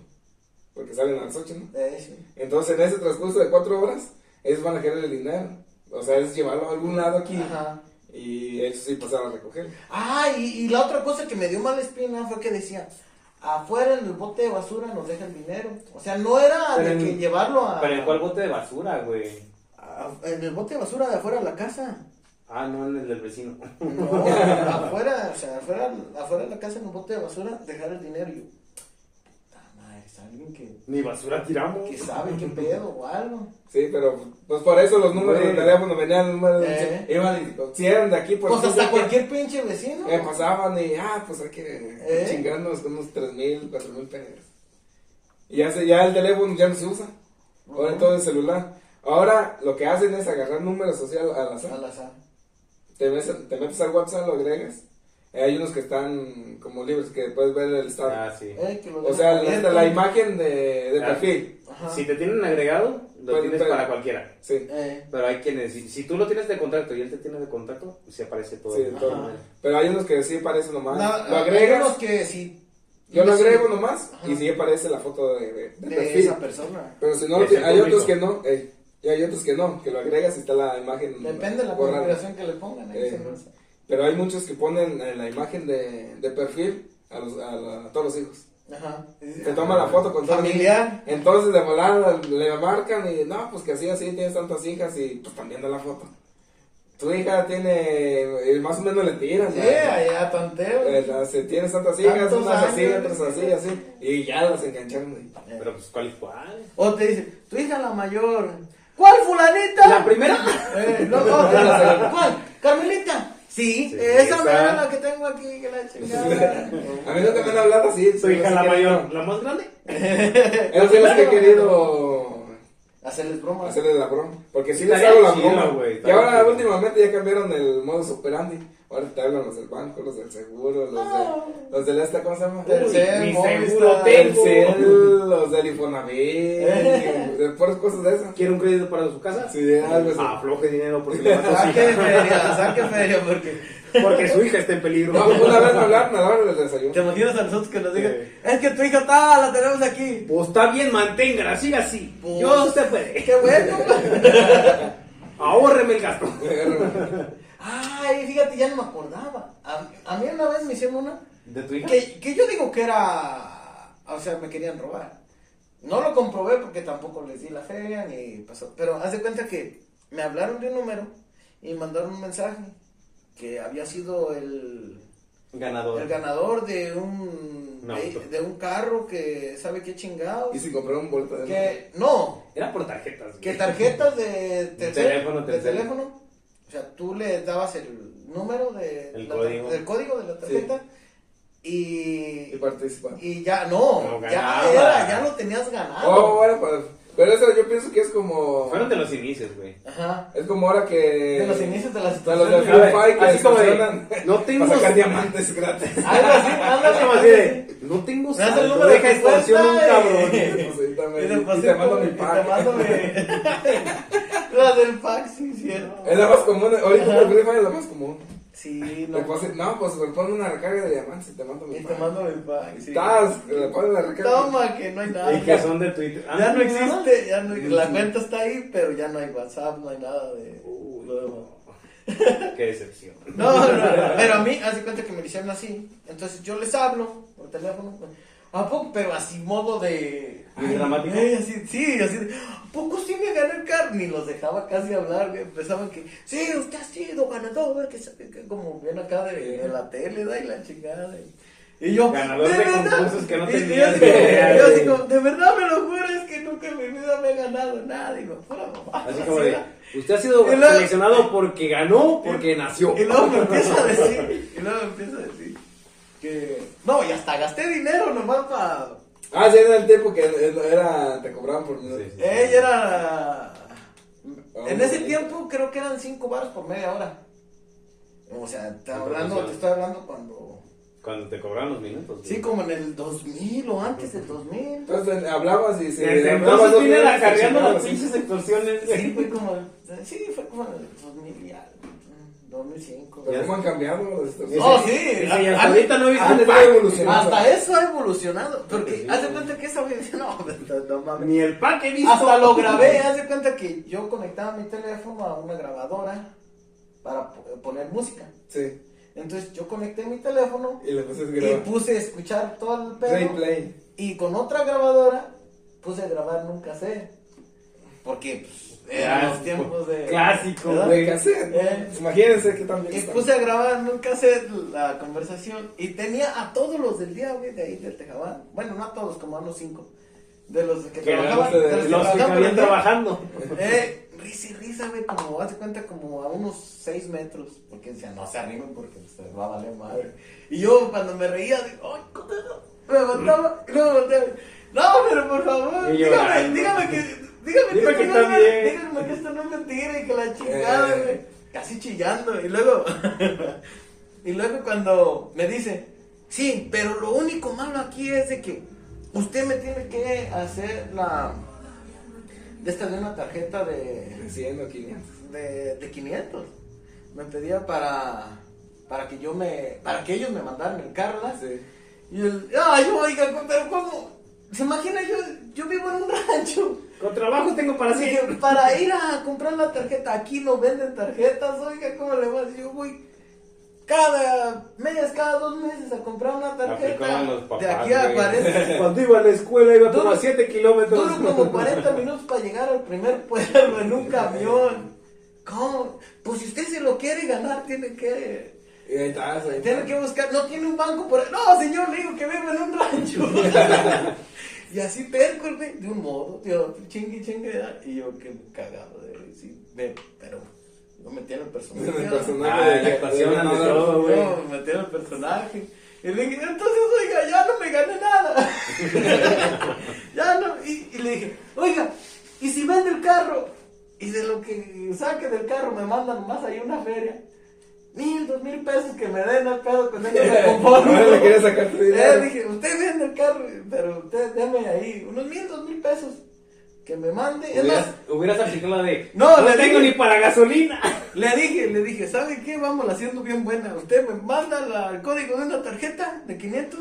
Speaker 1: Porque salen a las 8, ¿no?
Speaker 2: Eh, sí.
Speaker 1: Entonces, en ese transcurso de 4 horas, ellos van a querer el dinero. O sea, es llevarlo a algún lado aquí
Speaker 2: Ajá.
Speaker 1: y ellos sí pasaron a recogerlo.
Speaker 2: Ah, y, y la otra cosa que me dio mala espina fue que decía, afuera en el bote de basura nos dejan dinero. O sea, no era
Speaker 3: Pero
Speaker 2: de
Speaker 3: en-
Speaker 2: que llevarlo a...
Speaker 3: Pero en cuál bote de basura, güey.
Speaker 2: a- en el bote de basura de afuera de la casa.
Speaker 3: Ah, no, en el del vecino.
Speaker 2: No, afuera, o sea, afuera, afuera de la casa en un bote de basura, dejar el dinero. Y yo, "Ta madre, es alguien que,
Speaker 3: Ni basura tiramos.
Speaker 2: que sabe qué pedo o algo.
Speaker 1: Sí, pero pues por eso los números de
Speaker 3: Güey.
Speaker 1: teléfono venían, los números
Speaker 2: Eh.
Speaker 1: de- iban y si eran de aquí, por
Speaker 2: Pues hasta
Speaker 1: ejemplo,
Speaker 2: cualquier pinche vecino.
Speaker 1: Me pasaban y, ah, pues hay que
Speaker 2: ¿Eh?
Speaker 1: chingarnos con unos 3 mil, 4 mil pesos. Y ya, se- ya el teléfono ya no se usa. Ahora
Speaker 2: Ujú.
Speaker 1: todo es celular. Ahora lo que hacen es agarrar números social al
Speaker 2: Al
Speaker 1: azar.
Speaker 2: azar.
Speaker 1: Te, ves- te metes al WhatsApp, lo agregas. Eh, hay unos que están como libres que puedes ver el estado.
Speaker 3: Ah, sí.
Speaker 2: Eh, que lo
Speaker 1: o
Speaker 2: dejan
Speaker 1: sea, la,
Speaker 2: abierto.
Speaker 1: la imagen de, de
Speaker 3: Ah.
Speaker 1: perfil.
Speaker 2: Ajá.
Speaker 3: Si te tienen agregado, lo
Speaker 1: Pero-
Speaker 3: tienes
Speaker 1: Pues, pero-
Speaker 3: para cualquiera.
Speaker 1: Sí.
Speaker 2: Eh,
Speaker 3: Pero hay quienes, si, si tú lo tienes de contacto y él te tiene de contacto, se aparece todo.
Speaker 1: Sí,
Speaker 3: el-
Speaker 1: todo.
Speaker 3: Ajá.
Speaker 1: Pero hay unos que sí aparecen nomás.
Speaker 2: nada,
Speaker 1: lo
Speaker 2: hay
Speaker 1: agregas.
Speaker 2: unos que sí.
Speaker 1: Yo lo
Speaker 2: sí,
Speaker 1: agrego nomás
Speaker 2: Ajá.
Speaker 1: y sí aparece la foto de, de- de
Speaker 2: De
Speaker 1: perfil.
Speaker 2: esa persona.
Speaker 1: Pero si no,
Speaker 3: Es el
Speaker 1: hay otros
Speaker 3: público.
Speaker 1: que no, ey, y hay otros que no, que lo agregas y está la imagen.
Speaker 2: Depende de la
Speaker 1: borrada.
Speaker 2: configuración que le pongan. ahí
Speaker 1: Eh.
Speaker 2: se lanza.
Speaker 1: Pero hay muchos que ponen eh, la imagen de, de perfil a, los, a, la- a todos los hijos.
Speaker 2: Ajá.
Speaker 1: Se toma la foto con todos los hijos.
Speaker 2: Familiar.
Speaker 1: Entonces de volada le marcan y no, pues que así, así, tienes tantas hijas y pues también de la foto. Tu hija tiene, eh, más o menos le tiran.
Speaker 2: Sí,
Speaker 1: ¿no?
Speaker 2: allá tanteo.
Speaker 1: Eh, las- eh, tienes tantas hijas,
Speaker 2: Tantos
Speaker 1: unas así,
Speaker 2: años.
Speaker 1: otras así, así. Y ya las engancharon. güey.
Speaker 2: Eh.
Speaker 3: Pero pues, ¿cuál es cuál?
Speaker 2: O te dice, tu hija la mayor. ¿Cuál, fulanita?
Speaker 3: La primera.
Speaker 2: Eh, no, no, te la- ¿Cuál? ¿Carmelita? Sí,
Speaker 3: Sí,
Speaker 2: eh, esa
Speaker 3: esa.
Speaker 2: mera la que tengo aquí, que la chingada.
Speaker 1: A mí nunca me han hablado así.
Speaker 3: Soy hija
Speaker 1: así
Speaker 3: la
Speaker 1: que-
Speaker 3: mayor, la más grande.
Speaker 1: Eso sí les que he querido
Speaker 2: Hacerles broma.
Speaker 1: hacerle la broma. Porque si les
Speaker 3: Estaría
Speaker 1: hago la
Speaker 3: chido,
Speaker 1: broma.
Speaker 3: güey,
Speaker 1: y
Speaker 3: estaría
Speaker 1: ahora
Speaker 3: chido.
Speaker 1: últimamente ya cambiaron el modo superandi. Ahora te hablan los del banco, los del seguro, los, de, los del esta, ¿cómo se llama?
Speaker 2: Tercer,
Speaker 3: mi
Speaker 2: Movistar,
Speaker 3: seguro
Speaker 1: El
Speaker 3: tengo.
Speaker 1: cel, los del Infonavit, de puras cosas de esas.
Speaker 3: ¿Quiere un crédito para su casa?
Speaker 1: Sí, ah, pues, algo así.
Speaker 3: Afloje dinero porque, le mató su
Speaker 2: Saque
Speaker 3: hija.
Speaker 2: feria, saque feria, porque
Speaker 3: porque su hija está en peligro.
Speaker 1: No, una vez me hablaron a la hora del desayuno.
Speaker 2: te imaginas a nosotros que nos digan,
Speaker 3: Eh.
Speaker 2: es que tu hija está, la tenemos aquí.
Speaker 3: Pues está bien, manténgala, siga así.
Speaker 2: Pues-
Speaker 3: Yo se puede.
Speaker 2: Qué bueno.
Speaker 3: Ahórreme el gasto.
Speaker 2: Ay, fíjate, ya no me acordaba. A, a mí una vez me hicieron una
Speaker 3: ¿De tu hija?
Speaker 2: que, que yo digo que era, o sea, me querían robar. No lo comprobé porque tampoco les di la feria ni pasó. Pero haz de cuenta que me hablaron de un número y mandaron un mensaje que había sido el,
Speaker 3: Ganador.
Speaker 2: el ganador de un
Speaker 3: Un auto.
Speaker 2: de, de un carro que sabe qué chingado.
Speaker 1: Y si compraron bolsa de
Speaker 2: Que no,
Speaker 3: Era por tarjetas. güey.
Speaker 2: que tarjetas de tercer-
Speaker 3: Teléfono,
Speaker 2: de
Speaker 3: tercero.
Speaker 2: teléfono. O sea, tú le dabas el número de
Speaker 3: El
Speaker 2: la tar-
Speaker 3: código.
Speaker 2: del código de la tarjeta
Speaker 1: y
Speaker 2: y
Speaker 1: participaron.
Speaker 2: y ya, no,
Speaker 3: No
Speaker 2: ya
Speaker 3: ganaba.
Speaker 2: era, ya lo tenías ganado.
Speaker 1: Oh, bueno, pues, pero eso yo pienso que es como.
Speaker 3: Fueron de los inicios, güey.
Speaker 2: Ajá.
Speaker 1: Es como ahora que.
Speaker 2: De los inicios de la
Speaker 1: De los del
Speaker 2: situación.
Speaker 1: Free Fire que
Speaker 3: Así como de,
Speaker 1: estacionan
Speaker 3: no tengo
Speaker 1: para sacar
Speaker 3: sal-
Speaker 1: diamantes gratis.
Speaker 2: Algo así,
Speaker 3: Es como
Speaker 2: algo
Speaker 3: así de, no tengo
Speaker 2: Me das el
Speaker 3: saldo,
Speaker 2: número de
Speaker 3: deja
Speaker 2: tu
Speaker 3: extorsión un
Speaker 2: cuenta,
Speaker 3: cabrón.
Speaker 2: eh.
Speaker 1: Pues, dame,
Speaker 2: Y
Speaker 1: y
Speaker 2: te pasé
Speaker 1: te mando
Speaker 2: por-
Speaker 1: mi
Speaker 2: y te
Speaker 1: pack.
Speaker 2: mando mi- La del pack, sí, cierto.
Speaker 1: Es la más común, ahorita el Free Fire es la más común.
Speaker 2: Sí,
Speaker 1: Le
Speaker 2: no.
Speaker 1: pase- no, pues le ponen una recarga de diamantes y te mando mi
Speaker 2: Y te
Speaker 1: pack.
Speaker 2: mando el pack. sí.
Speaker 1: Estás, le ponen la recarga.
Speaker 2: Toma, que no hay nada.
Speaker 3: Y que son de Twitter. Ah,
Speaker 2: Ya no
Speaker 3: nada.
Speaker 2: existe, ya no La cuenta está ahí, pero ya no hay WhatsApp, no hay nada de.
Speaker 3: Uy,
Speaker 2: lo demás.
Speaker 3: Qué decepción.
Speaker 2: No, no, no, pero a mí, hace cuenta que me lo hicieron así. Entonces yo les hablo por pues, teléfono. ¿A poco? Pero así, modo de.
Speaker 3: ¿Y dramático?
Speaker 2: Ay, así, sí, así. de, Poco sí me gané el carro, ni los dejaba casi hablar, güey. Pensaban que, sí, usted ha sido ganador, que, sabe que como bien acá de, de la tele, da y la chingada. Y, y yo,
Speaker 4: Ganador de concursos que no
Speaker 2: Y- y
Speaker 4: tenías
Speaker 2: yo,
Speaker 4: idea,
Speaker 2: digo, yo
Speaker 4: güey.
Speaker 2: digo, de verdad me lo juras que nunca en mi vida me he ganado nada. Digo, pura mamá.
Speaker 3: Así como de, usted ha sido
Speaker 2: Y luego-
Speaker 3: seleccionado porque ganó, porque nació.
Speaker 2: Y luego me empieza a decir, y luego me empieza a decir que, no, y hasta gasté dinero nomás para.
Speaker 1: Ah, sí, era el tiempo que era, te cobraban por minuto.
Speaker 3: Sí, sí.
Speaker 2: Ella era.
Speaker 1: Ah,
Speaker 2: En ese
Speaker 1: sí.
Speaker 2: tiempo creo que eran 5 baros por media hora. O sea, te,
Speaker 3: Ah,
Speaker 2: hablando,
Speaker 3: pero,
Speaker 2: te estoy hablando cuando.
Speaker 3: Cuando te cobraban los minutos. güey.
Speaker 2: Sí, como en el 2000 o antes del 2000.
Speaker 1: Entonces hablabas y se.
Speaker 4: Desde
Speaker 1: hablabas
Speaker 4: entonces
Speaker 1: dos
Speaker 4: vienen
Speaker 1: veces,
Speaker 4: acarreando
Speaker 1: chingabas,
Speaker 4: las
Speaker 1: sí.
Speaker 4: pinches extorsiones.
Speaker 2: Sí, fue como. Sí, fue como en el 2000 y algo, 2005.
Speaker 1: Pero ¿Cómo han cambiado este, pues, las estaciones?
Speaker 3: Ese-
Speaker 2: Oh, sí.
Speaker 3: ese, y hasta
Speaker 2: Ah,
Speaker 3: ahorita no he visto
Speaker 1: Ah,
Speaker 3: un
Speaker 1: les
Speaker 3: pa-
Speaker 1: ha evolucionado.
Speaker 2: Hasta eso ha evolucionado.
Speaker 3: Porque
Speaker 2: Porque
Speaker 3: sí,
Speaker 2: haz de
Speaker 3: güey.
Speaker 2: cuenta que esa vez. No, no, no mames.
Speaker 4: Ni el pack he visto.
Speaker 2: Hasta lo grabé, haz de cuenta que yo conectaba mi teléfono a una grabadora para po- poner música.
Speaker 1: Sí.
Speaker 2: Entonces yo conecté mi teléfono
Speaker 1: Y le puse
Speaker 2: y
Speaker 1: grabar.
Speaker 2: puse a escuchar todo el
Speaker 1: Play,
Speaker 2: pedo.
Speaker 1: play.
Speaker 2: Y con otra grabadora puse a grabar Nunca sé. Porque pues, eran los
Speaker 4: Clásico,
Speaker 2: tiempos de.
Speaker 4: clásico,
Speaker 2: ¿verdad?
Speaker 1: De cassette.
Speaker 2: Eh.
Speaker 1: Imagínense que también.
Speaker 2: Y
Speaker 1: está.
Speaker 2: puse a grabar Nunca sé la conversación. Y tenía a todos los del día, güey, de ahí del Tejabán. Bueno, no a todos, como a unos cinco. De los que
Speaker 3: Que eran
Speaker 2: trabajaban.
Speaker 1: los de-
Speaker 2: de los que
Speaker 4: Los que
Speaker 2: trabajaban por
Speaker 4: habían
Speaker 2: el día.
Speaker 4: trabajando.
Speaker 2: Eh, risa y risa, güey, como, haz de cuenta, como a unos 6 metros. Porque decía, no se arrimen porque se va a valer madre. Y yo, cuando me reía, digo, ay, cómo me levantaba, y luego me volteaba, No, pero por favor,
Speaker 4: Y
Speaker 2: dígame,
Speaker 4: llorando.
Speaker 2: dígame que. Dígame
Speaker 4: pues, Dime que
Speaker 2: esto
Speaker 4: está
Speaker 2: no es-
Speaker 4: bien.
Speaker 2: dígame que esto no es mentira y que la chingada,
Speaker 1: Eh.
Speaker 2: güey. Casi chillando. Y luego. y luego cuando me dice, sí, pero lo único malo aquí es de que usted me tiene que hacer la. De esta de una tarjeta de
Speaker 1: Creciendo 500.
Speaker 2: de, de 500. Me pedía para para que yo me para que ellos me mandaran el carro. ¿verdad?
Speaker 1: Sí.
Speaker 2: Y el, ay, oiga, co- pero cómo? ¿Se imagina yo yo vivo en un rancho?
Speaker 4: Con trabajo tengo para
Speaker 2: Así
Speaker 4: sí.
Speaker 2: que para ir a comprar la tarjeta, aquí no venden tarjetas, oiga, ¿cómo le vas? Y Yo voy cada mes, cada dos meses a comprar una tarjeta.
Speaker 3: Aplicaban los papás,
Speaker 2: de aquí a
Speaker 3: güey.
Speaker 2: 40.
Speaker 4: Cuando iba a la escuela iba como
Speaker 2: Duro-
Speaker 4: a 7 kilómetros.
Speaker 2: Duro como 40 minutos para llegar al primer pueblo en un camión. ¿Cómo? Pues si usted se lo quiere ganar, tiene que.
Speaker 1: Y ahí estás, ahí
Speaker 2: Tiene
Speaker 1: estás.
Speaker 2: que buscar. No tiene un banco por ahí. No, señor, le digo que vivo en un rancho. y así terco, güey, de un modo, tío, chingue, chingue. ¿verdad? Y yo que me cagado de sí, me- pero yo metí en el personaje.
Speaker 1: En el
Speaker 2: ¿verdad?
Speaker 1: personaje
Speaker 3: Ah,
Speaker 1: de-
Speaker 3: la actuación
Speaker 1: de- no,
Speaker 3: ante
Speaker 1: no,
Speaker 3: todo, güey.
Speaker 2: No, me metí en el personaje. Y le dije, entonces, oiga, ya no me gané nada. ya no. Y, y le dije, oiga, ¿y si vende el carro? Y de lo que saque del carro me mandan más ahí una feria. Mil, dos mil pesos que me den al pedo con eso me conformo.
Speaker 1: Ahora le quieres sacar tu
Speaker 2: Eh,
Speaker 1: dinero.
Speaker 2: dije, usted vende el carro, pero usted deme ahí unos mil, dos mil pesos que me mande. Es más,
Speaker 3: Hubieras, hubieras aplicado la de.
Speaker 2: No, le
Speaker 3: tengo
Speaker 2: dije-
Speaker 3: ni para gasolina.
Speaker 2: le dije, le dije, ¿sabe qué? Vamos la haciendo bien buena. Usted me manda la- el código de una tarjeta de 500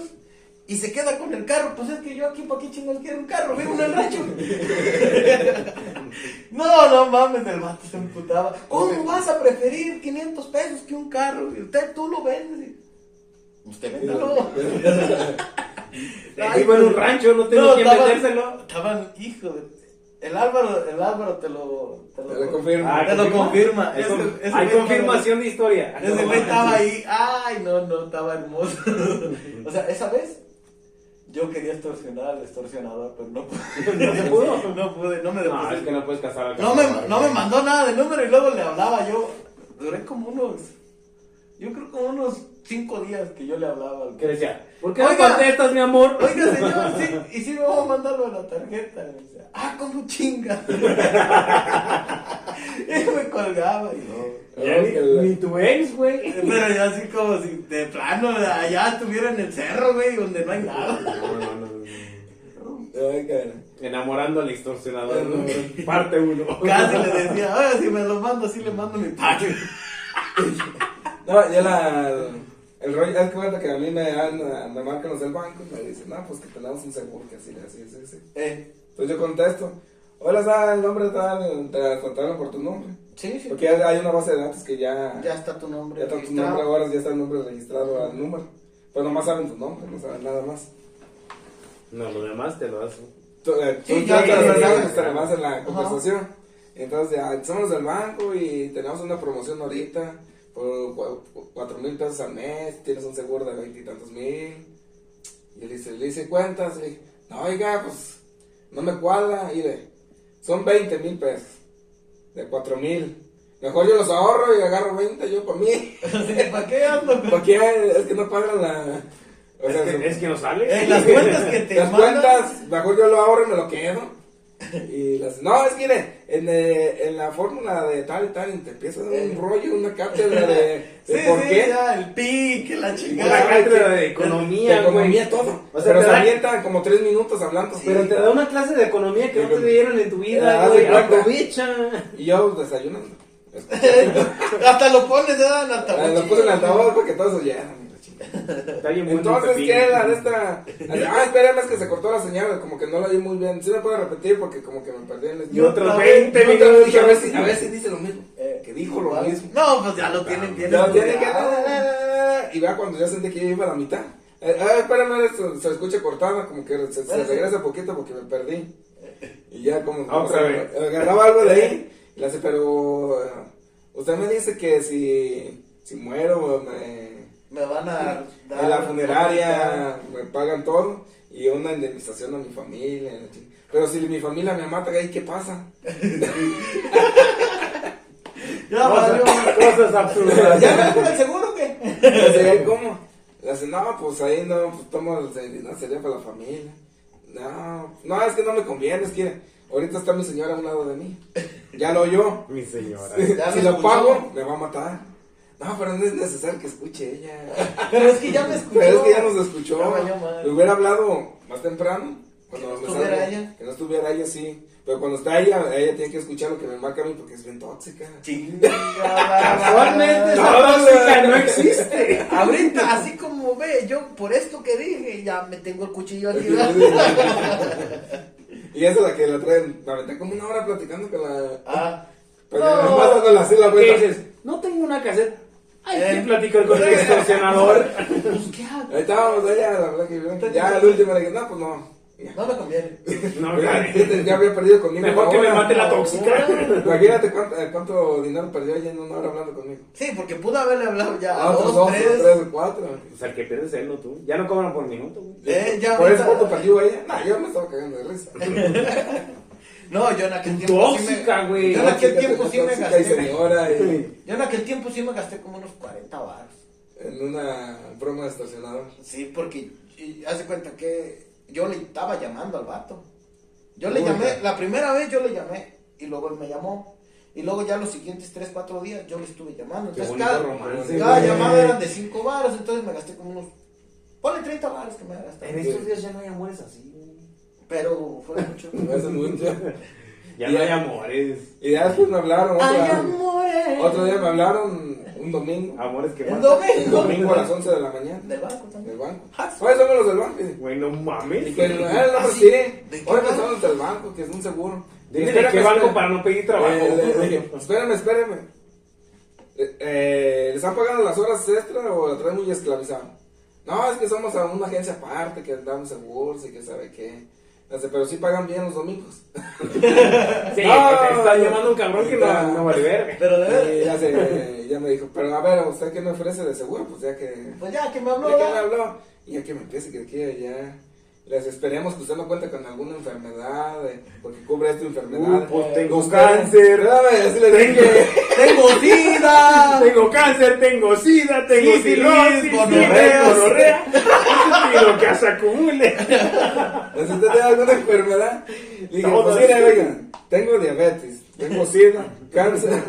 Speaker 2: y se queda con el carro. Pues es que yo aquí, ¿para qué chingados quiero un carro? Vivo en el rancho. no, no mames, el vato se emputaba. ¿Cómo vas a preferir 500 pesos que un carro? Y usted, tú lo vendes. Y- Usted véndalo. Ay,
Speaker 4: Iba en un rancho, no tengo
Speaker 2: No,
Speaker 4: que
Speaker 2: estaba-
Speaker 4: vendérselo.
Speaker 2: Estaban, hijo de... El Álvaro, el Álvaro te lo... Te
Speaker 1: Te lo confirmo.
Speaker 4: Ah,
Speaker 2: te lo confirma.
Speaker 4: Hay,
Speaker 2: Ese-
Speaker 4: con-
Speaker 2: ese
Speaker 4: hay
Speaker 2: güey
Speaker 4: confirmación de historia.
Speaker 2: Ese
Speaker 4: No,
Speaker 2: güey estaba ahí, ay, no, no, estaba hermoso. o sea, esa vez yo quería extorsionar al extorsionador, pero no pude.
Speaker 4: ¿No se pudo?
Speaker 2: No pude, no me
Speaker 3: No, pues
Speaker 2: depositó.
Speaker 3: es que no puedes casar al
Speaker 2: No me,
Speaker 3: cazador,
Speaker 2: no me
Speaker 3: güey.
Speaker 2: mandó nada de número y luego le hablaba yo. Duré como unos, yo creo como unos cinco días que yo le hablaba al
Speaker 3: Que
Speaker 2: que
Speaker 3: decía, ¿por qué
Speaker 2: Oiga.
Speaker 3: no contestas, mi amor?
Speaker 2: Oiga, señor, sí, y sí vamos a mandarlo a la tarjeta. Y me decía, ah, como chinga. y me colgaba y no.
Speaker 4: Ya ni,
Speaker 1: Que la-
Speaker 4: ni tu ex, güey.
Speaker 2: Pero ya así como si de plano allá estuviera en el cerro, güey, donde no hay nada.
Speaker 3: No, no, no, no.
Speaker 1: Ay, cabrón.
Speaker 3: Enamorando al extorsionador. ¿no? Parte uno.
Speaker 2: Casi le decía, oye, si me lo mando así le mando mi pack.
Speaker 1: No, ya la. El rollo, haz cuenta que a mí me, dan, me marcan los del banco y me dicen, no, pues que tenemos un seguro que así, así, así, así.
Speaker 2: Eh,
Speaker 1: Entonces yo contesto, hola, ¿sabes el nombre tal? Te contaron por tu nombre.
Speaker 2: sí, sí.
Speaker 1: Porque hay una base de datos que ya.
Speaker 2: Ya está tu nombre.
Speaker 1: Ya está tu
Speaker 2: registrado.
Speaker 1: nombre ahora, ya está el nombre registrado al número. Pues nomás saben tu nombre, no saben nada más.
Speaker 3: No, lo demás te lo das.
Speaker 1: tú, eh, tú
Speaker 5: Sí, ya,
Speaker 1: tratas
Speaker 5: ya,
Speaker 1: de
Speaker 5: ya,
Speaker 1: hacer
Speaker 5: ya.
Speaker 1: que te más en la conversación. Entonces, ya, somos del banco y tenemos una promoción ahorita por cua- cu- cuatro mil pesos al mes, tienes un seguro de veintitantos mil. Y él dice, le hice cuentas, le dije, no, oiga, pues, no me cuadra, y le, son veinte mil pesos, de cuatro mil. Mejor yo los ahorro y agarro 20 yo para mí.
Speaker 2: ¿Para qué ando? con-
Speaker 1: ¿Por qué? Es que no pagan la... o sea,
Speaker 3: Es
Speaker 1: su-
Speaker 3: que, es que no sale.
Speaker 2: Eh, las cuentas que te
Speaker 1: las
Speaker 2: mandan.
Speaker 1: cuentas, mejor yo lo ahorro y me lo quedo. Y las, no, es que mire, en, eh, en la fórmula de tal y tal, te empieza a dar un rollo, una cátedra de, de
Speaker 2: Sí,
Speaker 1: por
Speaker 2: sí,
Speaker 1: qué,
Speaker 2: ya, el PIN, que la
Speaker 3: Una
Speaker 2: chingada.
Speaker 3: cátedra de
Speaker 1: de
Speaker 3: economía,
Speaker 1: economía,
Speaker 3: güey.
Speaker 1: todo.
Speaker 3: O sea,
Speaker 1: pero
Speaker 3: te
Speaker 1: se
Speaker 3: da-
Speaker 1: avientan como tres minutos hablando.
Speaker 3: Pero
Speaker 1: sí.
Speaker 3: te da una clase de economía que no te dieron en tu vida,
Speaker 1: Ah,
Speaker 3: güey.
Speaker 1: sí, claro.
Speaker 3: Aprovecha.
Speaker 1: Y yo desayunando. Ah,
Speaker 2: Hasta lo pones, ya, en altavoz.
Speaker 1: Lo puse en altavoz porque todos oyeron. y la chingada.
Speaker 3: Está bien bueno el
Speaker 1: Entonces,
Speaker 3: pepino.
Speaker 1: ¿qué la de esta? Ah, espérame, es que se cortó la señal, como que no la oí muy bien. Sí me puede repetir porque como que me perdí en el...
Speaker 3: Y otros
Speaker 2: Otra vez,
Speaker 3: 20
Speaker 1: Otra vez, a
Speaker 3: minutos.
Speaker 1: ver si- a ver si dice lo mismo.
Speaker 2: Eh,
Speaker 1: Que dijo lo mismo.
Speaker 2: No, pues ya lo tienen, tienen.
Speaker 1: Ya tiene que.
Speaker 2: estudiado.
Speaker 1: Y vea cuando ya sentí que yo iba a la mitad. Eh, ah, espérame, se, se escucha cortada, como que se, se regresa poquito porque me perdí. Y ya como.
Speaker 3: Ah, otra vez.
Speaker 1: Agarraba algo de ahí. Y le hace, pero. eh, Usted me dice que si. Si muero, me.
Speaker 2: Me van a dar.
Speaker 1: En la funeraria me pagan todo y una indemnización a mi familia. la ching- Pero si mi familia me mata, ahí qué pasa?
Speaker 2: Ya,
Speaker 3: Cosas,
Speaker 2: valió.
Speaker 3: cosas absurdas.
Speaker 1: Ya,
Speaker 2: ¿Ya me por el seguro o qué?
Speaker 1: Le dije, "Ay, ¿cómo? Le dice, no, pues ahí no, pues tomo el se- no, sería para la familia. No, no, es que no me conviene, es que ahorita está mi señora a un lado de mí. Ya lo oyó.
Speaker 6: Mi señora.
Speaker 2: Ya
Speaker 1: si
Speaker 2: me
Speaker 1: lo
Speaker 2: escuchó.
Speaker 1: pago, me va a matar. No, pero no es necesario que escuche ella.
Speaker 2: Pero es que ya me escuchó.
Speaker 1: Pero es que ya nos escuchó.
Speaker 2: Ya valió madre.
Speaker 1: Le hubiera hablado más temprano. Cuando
Speaker 2: Que no
Speaker 1: me
Speaker 2: estuviera
Speaker 1: salgo.
Speaker 2: ella.
Speaker 1: Que no estuviera ella, sí. Pero cuando está ella, ella tiene que escuchar lo que me marca a mí porque es bien tóxica.
Speaker 2: Chinga. Casualmente.
Speaker 3: Casualmente esa tóxica no existe.
Speaker 2: Ahorita, así como ve, yo por esto que dije, ya me tengo el cuchillo aquí.
Speaker 1: y esa es la que la traen. La aventé como una hora platicando con la.
Speaker 2: Ah,
Speaker 1: Pero
Speaker 2: No.
Speaker 1: nomás dándole así la
Speaker 3: ¿Qué
Speaker 1: vuelta.
Speaker 3: dices? No tengo una caseta. Hay
Speaker 2: Eh.
Speaker 3: que platicar con el extorsionador.
Speaker 2: pues qué hago.
Speaker 1: Ahí estábamos, ella, la verdad que yo- Ya el último le dije, no, pues no. Ya,
Speaker 2: No me conviene.
Speaker 3: No,
Speaker 1: Ya,
Speaker 3: ya.
Speaker 1: ya había perdido conmigo.
Speaker 3: mejor
Speaker 1: una
Speaker 3: que me
Speaker 1: hora.
Speaker 3: mate la tóxica.
Speaker 1: Imagínate cuánto, eh, cuánto dinero perdió ella en una hora hablando conmigo.
Speaker 2: Sí, porque pudo haberle hablado ya a
Speaker 1: Ah, otros
Speaker 2: dos,
Speaker 1: dos,
Speaker 2: tres.
Speaker 1: tres o cuatro.
Speaker 6: O sea, el que pierdes él, no tú. Ya no cobran por minuto, güey.
Speaker 2: Eh, ya
Speaker 1: Por eso
Speaker 2: ahorita-
Speaker 1: cuando perdió ella, ¿eh? nah, yo me estaba cagando de risa.
Speaker 2: No, yo en aquel tiempo.
Speaker 3: Tóxica,
Speaker 2: sí me-
Speaker 3: güey.
Speaker 2: Yo en aquel tiempo sí me
Speaker 1: Tóxica y
Speaker 2: gasté.
Speaker 1: señora y
Speaker 2: Yo en aquel tiempo sí me gasté como unos 40 baros.
Speaker 1: en una broma de estacionador.
Speaker 2: Sí, porque y- hace cuenta que yo le estaba llamando al vato. Yo le
Speaker 1: Uy,
Speaker 2: llamé,
Speaker 1: ya.
Speaker 2: la primera vez yo le llamé y luego él me llamó. Y luego ya los siguientes 3, 4 días yo le estuve llamando.
Speaker 1: Qué
Speaker 2: Entonces
Speaker 1: bonito
Speaker 2: cada,
Speaker 1: romance.
Speaker 3: Sí,
Speaker 2: cada
Speaker 3: güey.
Speaker 2: llamada eran de 5 baros, entonces me gasté como unos... Ponle 30 baros que me había gastado.
Speaker 1: Eh.
Speaker 3: En estos días ya no hay amores así, güey.
Speaker 2: Pero fue mucho.
Speaker 1: Me hace mucho.
Speaker 6: Ya no hay amores.
Speaker 1: Y ya después me hablaron.
Speaker 2: Ay,
Speaker 1: otra-
Speaker 2: amores.
Speaker 1: otro día me hablaron un domingo.
Speaker 6: Amores que
Speaker 2: El
Speaker 6: matan.
Speaker 1: Un
Speaker 2: Ah, domingo.
Speaker 1: domingo a las 11 de la mañana.
Speaker 2: Del banco también.
Speaker 1: Del banco.
Speaker 2: Ah, sí.
Speaker 1: Oye, somos los del banco. dice.
Speaker 6: Güey, no
Speaker 1: Y
Speaker 6: mames.
Speaker 1: que no, ah, no,
Speaker 2: Ah,
Speaker 1: pues
Speaker 2: sí.
Speaker 1: sí.
Speaker 2: ¿De qué
Speaker 1: Oye,
Speaker 2: banco?
Speaker 1: pues somos del banco, que es un seguro.
Speaker 6: Dime de
Speaker 1: Espérame,
Speaker 6: qué
Speaker 1: espérame.
Speaker 6: banco para no pedir trabajo.
Speaker 1: Eh, le- le dije, espérame, espérame. Eh, eh, ¿Les han pagado las horas extra o la traen muy esclavizada? No, es que somos a una agencia aparte que damos seguros y que sabe qué. Dice, pero sí pagan bien los domingos.
Speaker 6: Sí,
Speaker 1: No.
Speaker 6: te está llamando un cabrón que no, no vale verga.
Speaker 2: Pero de verdad,
Speaker 1: Y ya,
Speaker 6: Eh.
Speaker 1: se- ya me dijo, pero a ver, ¿a ¿usted qué me ofrece de seguro? Pues ya que.
Speaker 2: pues ya que me
Speaker 1: ¿De
Speaker 2: habló.
Speaker 1: qué me
Speaker 2: ya.
Speaker 1: habló? Y ya que me empiece que quiere ya. Les esperemos que usted no cuente con alguna enfermedad, eh, porque cubre esta enfermedad.
Speaker 6: Uh, pues tengo
Speaker 1: Con cáncer, ¿sabe? Así le dije.
Speaker 2: ¡Tengo sida!
Speaker 6: Tengo cáncer, tengo sida, tengo
Speaker 2: Sífilis,
Speaker 6: cirrosis,
Speaker 2: gonorrea.
Speaker 6: gonorrea, gonorrea. Y lo que se acumule.
Speaker 1: Pues, usted tiene alguna enfermedad. Le dije,
Speaker 6: Todos.
Speaker 1: pues mire, oiga, tengo diabetes, tengo sida, cáncer.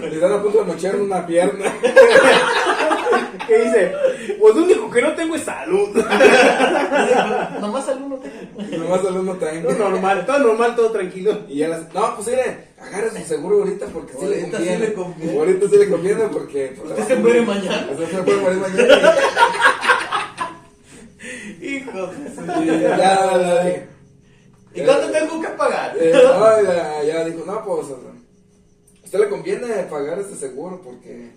Speaker 1: Le están a punto de mochar una pierna.
Speaker 6: ¿Qué dice? Pues lo único que no tengo es salud.
Speaker 2: Nomás al uno tengo.
Speaker 1: Y nomás solo uno tengo.
Speaker 6: Todo normal, todo normal, todo tranquilo.
Speaker 1: Y ya las, no, pues mire, agarre su seguro ahorita porque sí le
Speaker 2: Ahorita sí
Speaker 1: conviene.
Speaker 2: le conviene.
Speaker 1: Ahorita sí le conviene porque. pues,
Speaker 2: Usted se muere mañana.
Speaker 1: Usted se puede morir mañana.
Speaker 2: Hijo de su-
Speaker 1: Y ya, la dije.
Speaker 2: ¿Y cuánto tengo que pagar?
Speaker 1: Eh, no, ya, ya dijo, no, pues, o sea, a usted le conviene pagar este seguro porque,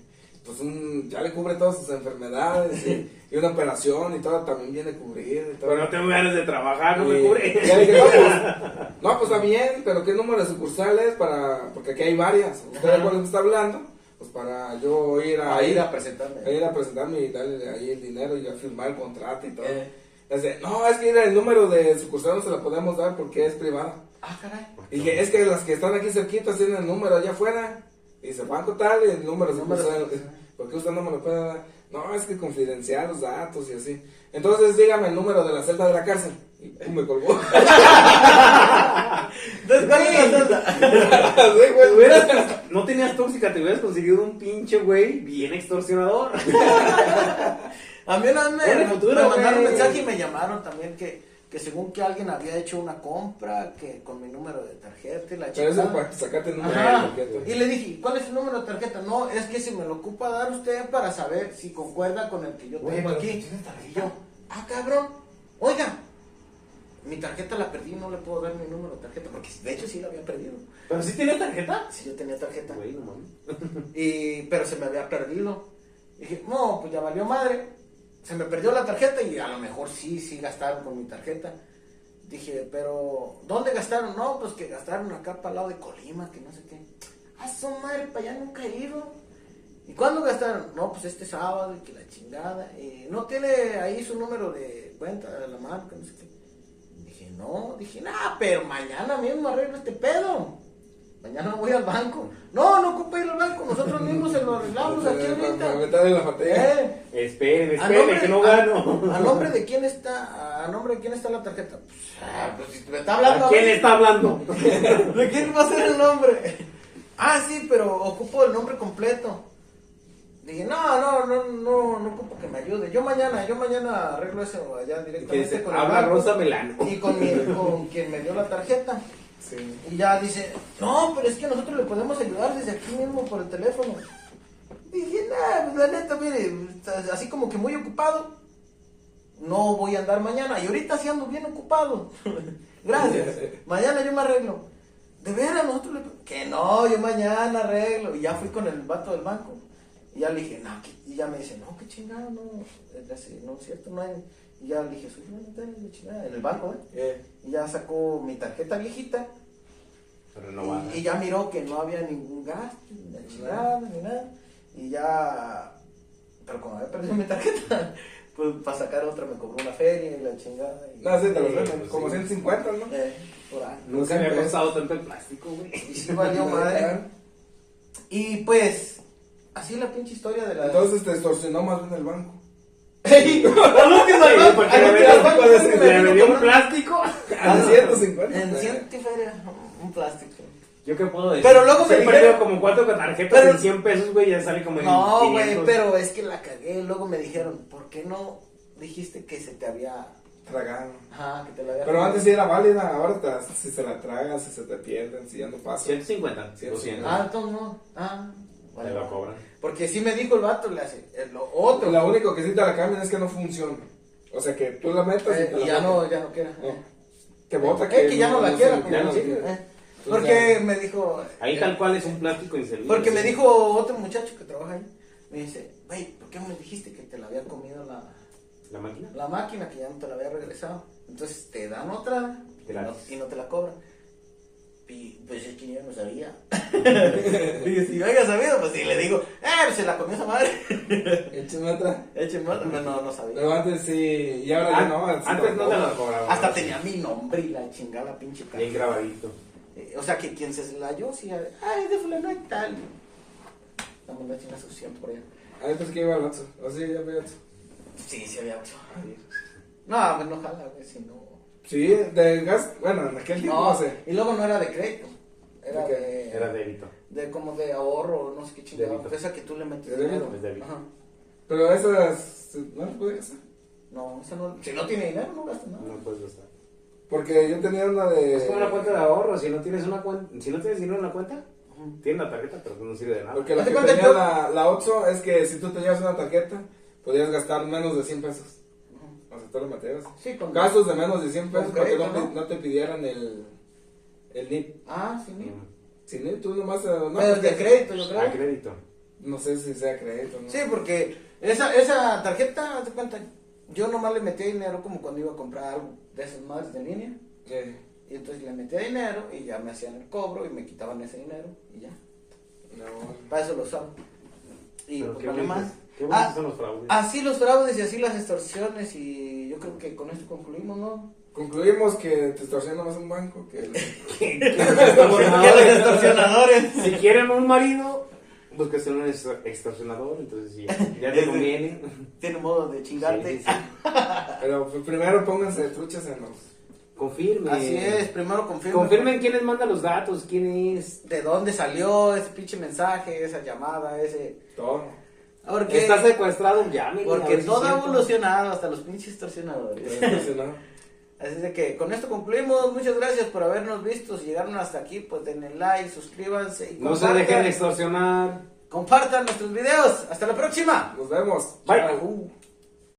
Speaker 1: pues, un, ya le cubre todas sus enfermedades y, y una operación y todo también viene a cubrir. Y todo.
Speaker 7: Pero no tengo ganas de trabajar, no me
Speaker 1: Y-
Speaker 7: cubre.
Speaker 1: y ya le dije, no, pues, no, pues, también, pero ¿qué número de sucursales para...? Porque aquí hay varias. ¿Usted de cuál está hablando? Pues para yo ir a...
Speaker 8: A ir a presentarme.
Speaker 2: Eh,
Speaker 1: a ir a presentarme y darle ahí el dinero y a firmar el contrato y todo.
Speaker 8: Eh.
Speaker 1: Dice, no, es que mira, el número de sucursal no se la podemos dar porque es privada.
Speaker 8: Ah, caray.
Speaker 1: Y dije, es que las que están aquí cerquitas tienen el número allá afuera. Y dice, banco tal, el número de sucursal. ¿Por qué usted no me lo puede dar? No, es que confidencial los datos y así. Entonces dígame el número de la celda de la cárcel. Y pum, me colgó.
Speaker 2: Entonces, ¿cuál es la salda?
Speaker 1: Así,
Speaker 3: Te
Speaker 1: güey.
Speaker 3: hubieras- no tenías tóxica, te hubieras conseguido un pinche güey bien extorsionador.
Speaker 2: A mí una vez
Speaker 3: Bueno,
Speaker 2: me,
Speaker 3: en futuro,
Speaker 2: me mandaron
Speaker 3: güey.
Speaker 2: un mensaje y me llamaron también que, que según que alguien había hecho una compra que con mi número de tarjeta y la
Speaker 1: Pero eso es
Speaker 2: chica.
Speaker 1: para sacarte el número.
Speaker 2: Ajá.
Speaker 1: porque tú-
Speaker 2: Y le dije, "¿Y ¿cuál es su número de tarjeta? No, es que si me lo ocupa dar usted para saber si concuerda con el que yo tengo aquí. Y yo, ah, cabrón, oiga, mi tarjeta la perdí, no le puedo dar mi número de tarjeta, porque de hecho sí la había perdido.
Speaker 3: ¿Pero sí tienes tarjeta?
Speaker 2: Si yo tenía tarjeta.
Speaker 3: Güey, no mames.
Speaker 2: y pero se me había perdido. Y dije, no, pues ya valió madre. Se me perdió la tarjeta y a lo mejor sí, sí gastaron con mi tarjeta. Dije, pero ¿dónde gastaron? No, pues que gastaron acá para el lado de Colima, que no sé qué. Ah, su madre, para allá nunca he ido. ¿Y cuándo gastaron? No, pues este sábado y que la chingada. Y no tiene ahí su número de cuenta de la marca, no sé qué. Dije, no, dije, nah, pero mañana mismo arreglo este pedo. Mañana voy al banco. No, no ocupa ir al banco, nosotros mismos se lo arreglamos aquí
Speaker 1: Para
Speaker 2: ahorita.
Speaker 1: meterle la pantalla.
Speaker 2: Eh,
Speaker 3: Esperen,
Speaker 2: ¿a
Speaker 3: esperen,
Speaker 2: nombre-
Speaker 3: que no
Speaker 2: a-
Speaker 3: gano.
Speaker 2: ¿A nombre de quién está, a nombre de quién está la tarjeta? Pues, ah, pues si me está hablando.
Speaker 3: ¿A
Speaker 2: a
Speaker 3: quién
Speaker 2: mí.
Speaker 3: le está hablando?
Speaker 2: ¿De quién va a ser el nombre? Ah, sí, pero ocupo el nombre completo. Dije, no, no, no, no, no ocupo que me ayude. Yo mañana, yo mañana arreglo eso allá
Speaker 3: Que
Speaker 2: directamente
Speaker 3: se
Speaker 2: el
Speaker 3: habla
Speaker 2: banco
Speaker 3: Rosa Melano.
Speaker 2: Y con, mi- con quien me dio la tarjeta.
Speaker 1: Sí.
Speaker 2: Y ya dice, no, pero es que nosotros le podemos ayudar desde aquí mismo por el teléfono. Dije, nah, pues la neta, mire, está así como que muy ocupado. No voy a andar mañana. Y ahorita sí ando bien ocupado. Gracias. mañana yo me arreglo. De veras, nosotros le... Que no, yo mañana arreglo. Y ya fui con el vato del banco. Y ya le dije, no, que- y ya me dice, no, qué chingada, no. es así, No es cierto, no hay... Y ya le dije, soy humanitario, la chingada, en el banco, ¿eh?
Speaker 1: Eh,
Speaker 2: Y ya sacó mi tarjeta viejita.
Speaker 3: Renovada.
Speaker 2: Y, y ya miró que no había ningún gasto, ni la chingada, ni nada. Y ya. Pero como había perdido mi tarjeta, pues para sacar otra me cobró una feria y la chingada. Y,
Speaker 1: No, Ah, sí, te lo
Speaker 3: Sí,
Speaker 1: venden.
Speaker 3: pues,
Speaker 1: Como
Speaker 3: sí.
Speaker 1: 150, ¿no?
Speaker 2: Eh, por ahí.
Speaker 3: Nunca me había costado tanto el plástico, güey.
Speaker 2: Y sí valió madre. Y pues, así la pinche historia de la.
Speaker 1: Entonces te extorsionó más bien el banco.
Speaker 2: ¡Ey!
Speaker 3: Sí, porque le
Speaker 2: Ay,
Speaker 3: vendió-
Speaker 2: no te las
Speaker 3: le
Speaker 2: banco, me
Speaker 3: vendió
Speaker 2: vino
Speaker 3: un plástico.
Speaker 1: En 150.
Speaker 2: En Ah, ciento y feria,
Speaker 1: eh.
Speaker 2: un plástico.
Speaker 3: Yo qué puedo decir.
Speaker 2: Pero luego me
Speaker 3: Se
Speaker 2: dijeron-
Speaker 3: perdió como cuatro tarjetas
Speaker 2: Pero-
Speaker 3: en 100 pesos, güey, ya sale como en
Speaker 2: No, güey,
Speaker 3: 500.
Speaker 2: pero es que la cagué. Luego me dijeron, ¿por qué no dijiste que se te había.
Speaker 1: Tragaron.
Speaker 2: Ajá, que te la había.
Speaker 1: Pero antes sí era válida, ahora te- si se la tragan, si se te pierden, si ya no pasa.
Speaker 3: 150, 200.
Speaker 1: 150.
Speaker 2: Ah, entonces no. Ah,
Speaker 3: Te lo cobran.
Speaker 2: Porque sí me dijo el vato, le hace. eh, Lo otro.
Speaker 1: Lo único que sí te la cambian es que no funciona. O sea, que tú la metas
Speaker 2: eh,
Speaker 1: y te
Speaker 2: y
Speaker 1: la
Speaker 2: ya
Speaker 1: botan.
Speaker 2: no, ya no quiera.
Speaker 1: No. Te bota
Speaker 2: Eh, que ya no la
Speaker 1: se-
Speaker 2: quiera,
Speaker 1: ya no
Speaker 2: sí,
Speaker 1: la quiera.
Speaker 2: eh. Porque me dijo. eh,
Speaker 3: Ahí tal cual es un plástico inservible.
Speaker 2: Porque me dijo otro muchacho que trabaja ahí. Me dice, güey, ¿por qué me dijiste que te la había comido la,
Speaker 3: La máquina.
Speaker 2: la máquina que ya no te la había regresado? Entonces te dan otra y no,
Speaker 3: Gratis.
Speaker 2: y no te la cobran. Y pues es que yo no sabía. y si yo había sabido, pues sí le digo, eh, pues se la comió esa madre.
Speaker 1: Échame Eh, otra.
Speaker 2: Écheme otra. No, no, no sabía.
Speaker 1: Pero antes sí, y ahora ya
Speaker 3: Ah,
Speaker 1: no. ahora sí
Speaker 3: Antes no te
Speaker 1: la
Speaker 3: lo cobraban.
Speaker 2: Hasta tenía mi nombre y la chingada pinche cara.
Speaker 3: Bien grabadito.
Speaker 2: Eh, O sea, que quien se slayó, sí, a- ay, es de fulano y tal. La mamá chinga su ciento por allá.
Speaker 1: Ah, pues que iba al otro. O sí, ya veo otro.
Speaker 2: Sí, sí había ocho. No, pues no jala, güey, si no.
Speaker 1: Sí, de gas, bueno, en aquel tiempo no, sé.
Speaker 2: y luego no era de crédito. Era
Speaker 1: ¿De qué?
Speaker 2: de,
Speaker 3: Era débito.
Speaker 2: de como de ahorro, no sé qué chingada.
Speaker 3: Débito.
Speaker 2: Esa que tú le metes
Speaker 1: De
Speaker 2: dinero.
Speaker 3: Es débito.
Speaker 2: Ajá.
Speaker 1: Pero esas, no las puede gastar.
Speaker 2: No, esa no. Si no tiene dinero, no gasta nada.
Speaker 3: No puedes gastar.
Speaker 1: Porque yo tenía una de.
Speaker 3: Es como una cuenta de ahorro. Si no tienes una cuenta, si no tienes dinero en la cuenta, tienes la tarjeta, pero no sirve de nada.
Speaker 1: Porque la
Speaker 2: Hazte
Speaker 1: que
Speaker 2: cuenta
Speaker 1: tenía
Speaker 2: que-
Speaker 1: la, la 8 es que si tú te llevas una tarjeta, podías gastar menos de 100 pesos. O sea, todos los materiales.
Speaker 2: Sí, con
Speaker 1: Gastos de menos de 100 pesos
Speaker 2: Con
Speaker 1: para que no,
Speaker 2: crédito,
Speaker 1: pi- no te pidieran el, el NIP.
Speaker 2: Ah, sí,
Speaker 3: Mm. Ah,
Speaker 2: mira.
Speaker 1: Si NIP, tú nomás. eh, No,
Speaker 2: Pero
Speaker 1: porque-
Speaker 2: de crédito, yo
Speaker 3: A
Speaker 2: creo.
Speaker 3: crédito.
Speaker 1: no sé si sea crédito. ¿no?
Speaker 2: Sí, porque Esa, esa tarjeta, haz de cuenta, yo nomás le metía dinero como cuando iba a comprar algo de esas madres de línea.
Speaker 1: Eh,
Speaker 2: Y entonces le metía dinero y ya me hacían el cobro y me quitaban ese dinero y ya.
Speaker 1: no.
Speaker 2: Para eso lo usaba. Y
Speaker 3: Pero
Speaker 2: pues,
Speaker 3: qué
Speaker 2: vale
Speaker 3: bonitos-
Speaker 2: más.
Speaker 3: Qué
Speaker 2: Ah,
Speaker 3: bonitos son los fraudes.
Speaker 2: Así los fraudes y así las extorsiones y yo creo que con esto concluimos, ¿no?
Speaker 1: Concluimos que te extorsiona más un banco que
Speaker 2: extorsionadores.
Speaker 3: Si quieren un marido, búsquese un ex- extorsionador, entonces sí, ya te conviene.
Speaker 2: Tiene modo de chingarte.
Speaker 3: Sí, sí, sí.
Speaker 1: Pero pues, primero pónganse truchas en los.
Speaker 3: Confirmen.
Speaker 2: Así es, primero confirmen.
Speaker 3: Confirmen quiénes mandan los datos, quién es.
Speaker 2: ¿De dónde salió ese pinche mensaje, esa llamada, ese...?
Speaker 1: Todo.
Speaker 2: Porque,
Speaker 3: Está secuestrado, llame.
Speaker 2: porque todo ha evolucionado hasta los pinches extorsionadores.
Speaker 1: Extorsionado.
Speaker 2: Así es de que con esto concluimos. Muchas gracias por habernos visto. Si llegaron hasta aquí, pues denle like, suscríbanse y
Speaker 3: No se dejen
Speaker 2: compartan,
Speaker 3: extorsionar.
Speaker 2: compartan nuestros videos. Hasta la próxima.
Speaker 1: Nos vemos.
Speaker 3: Bye.
Speaker 2: Chao.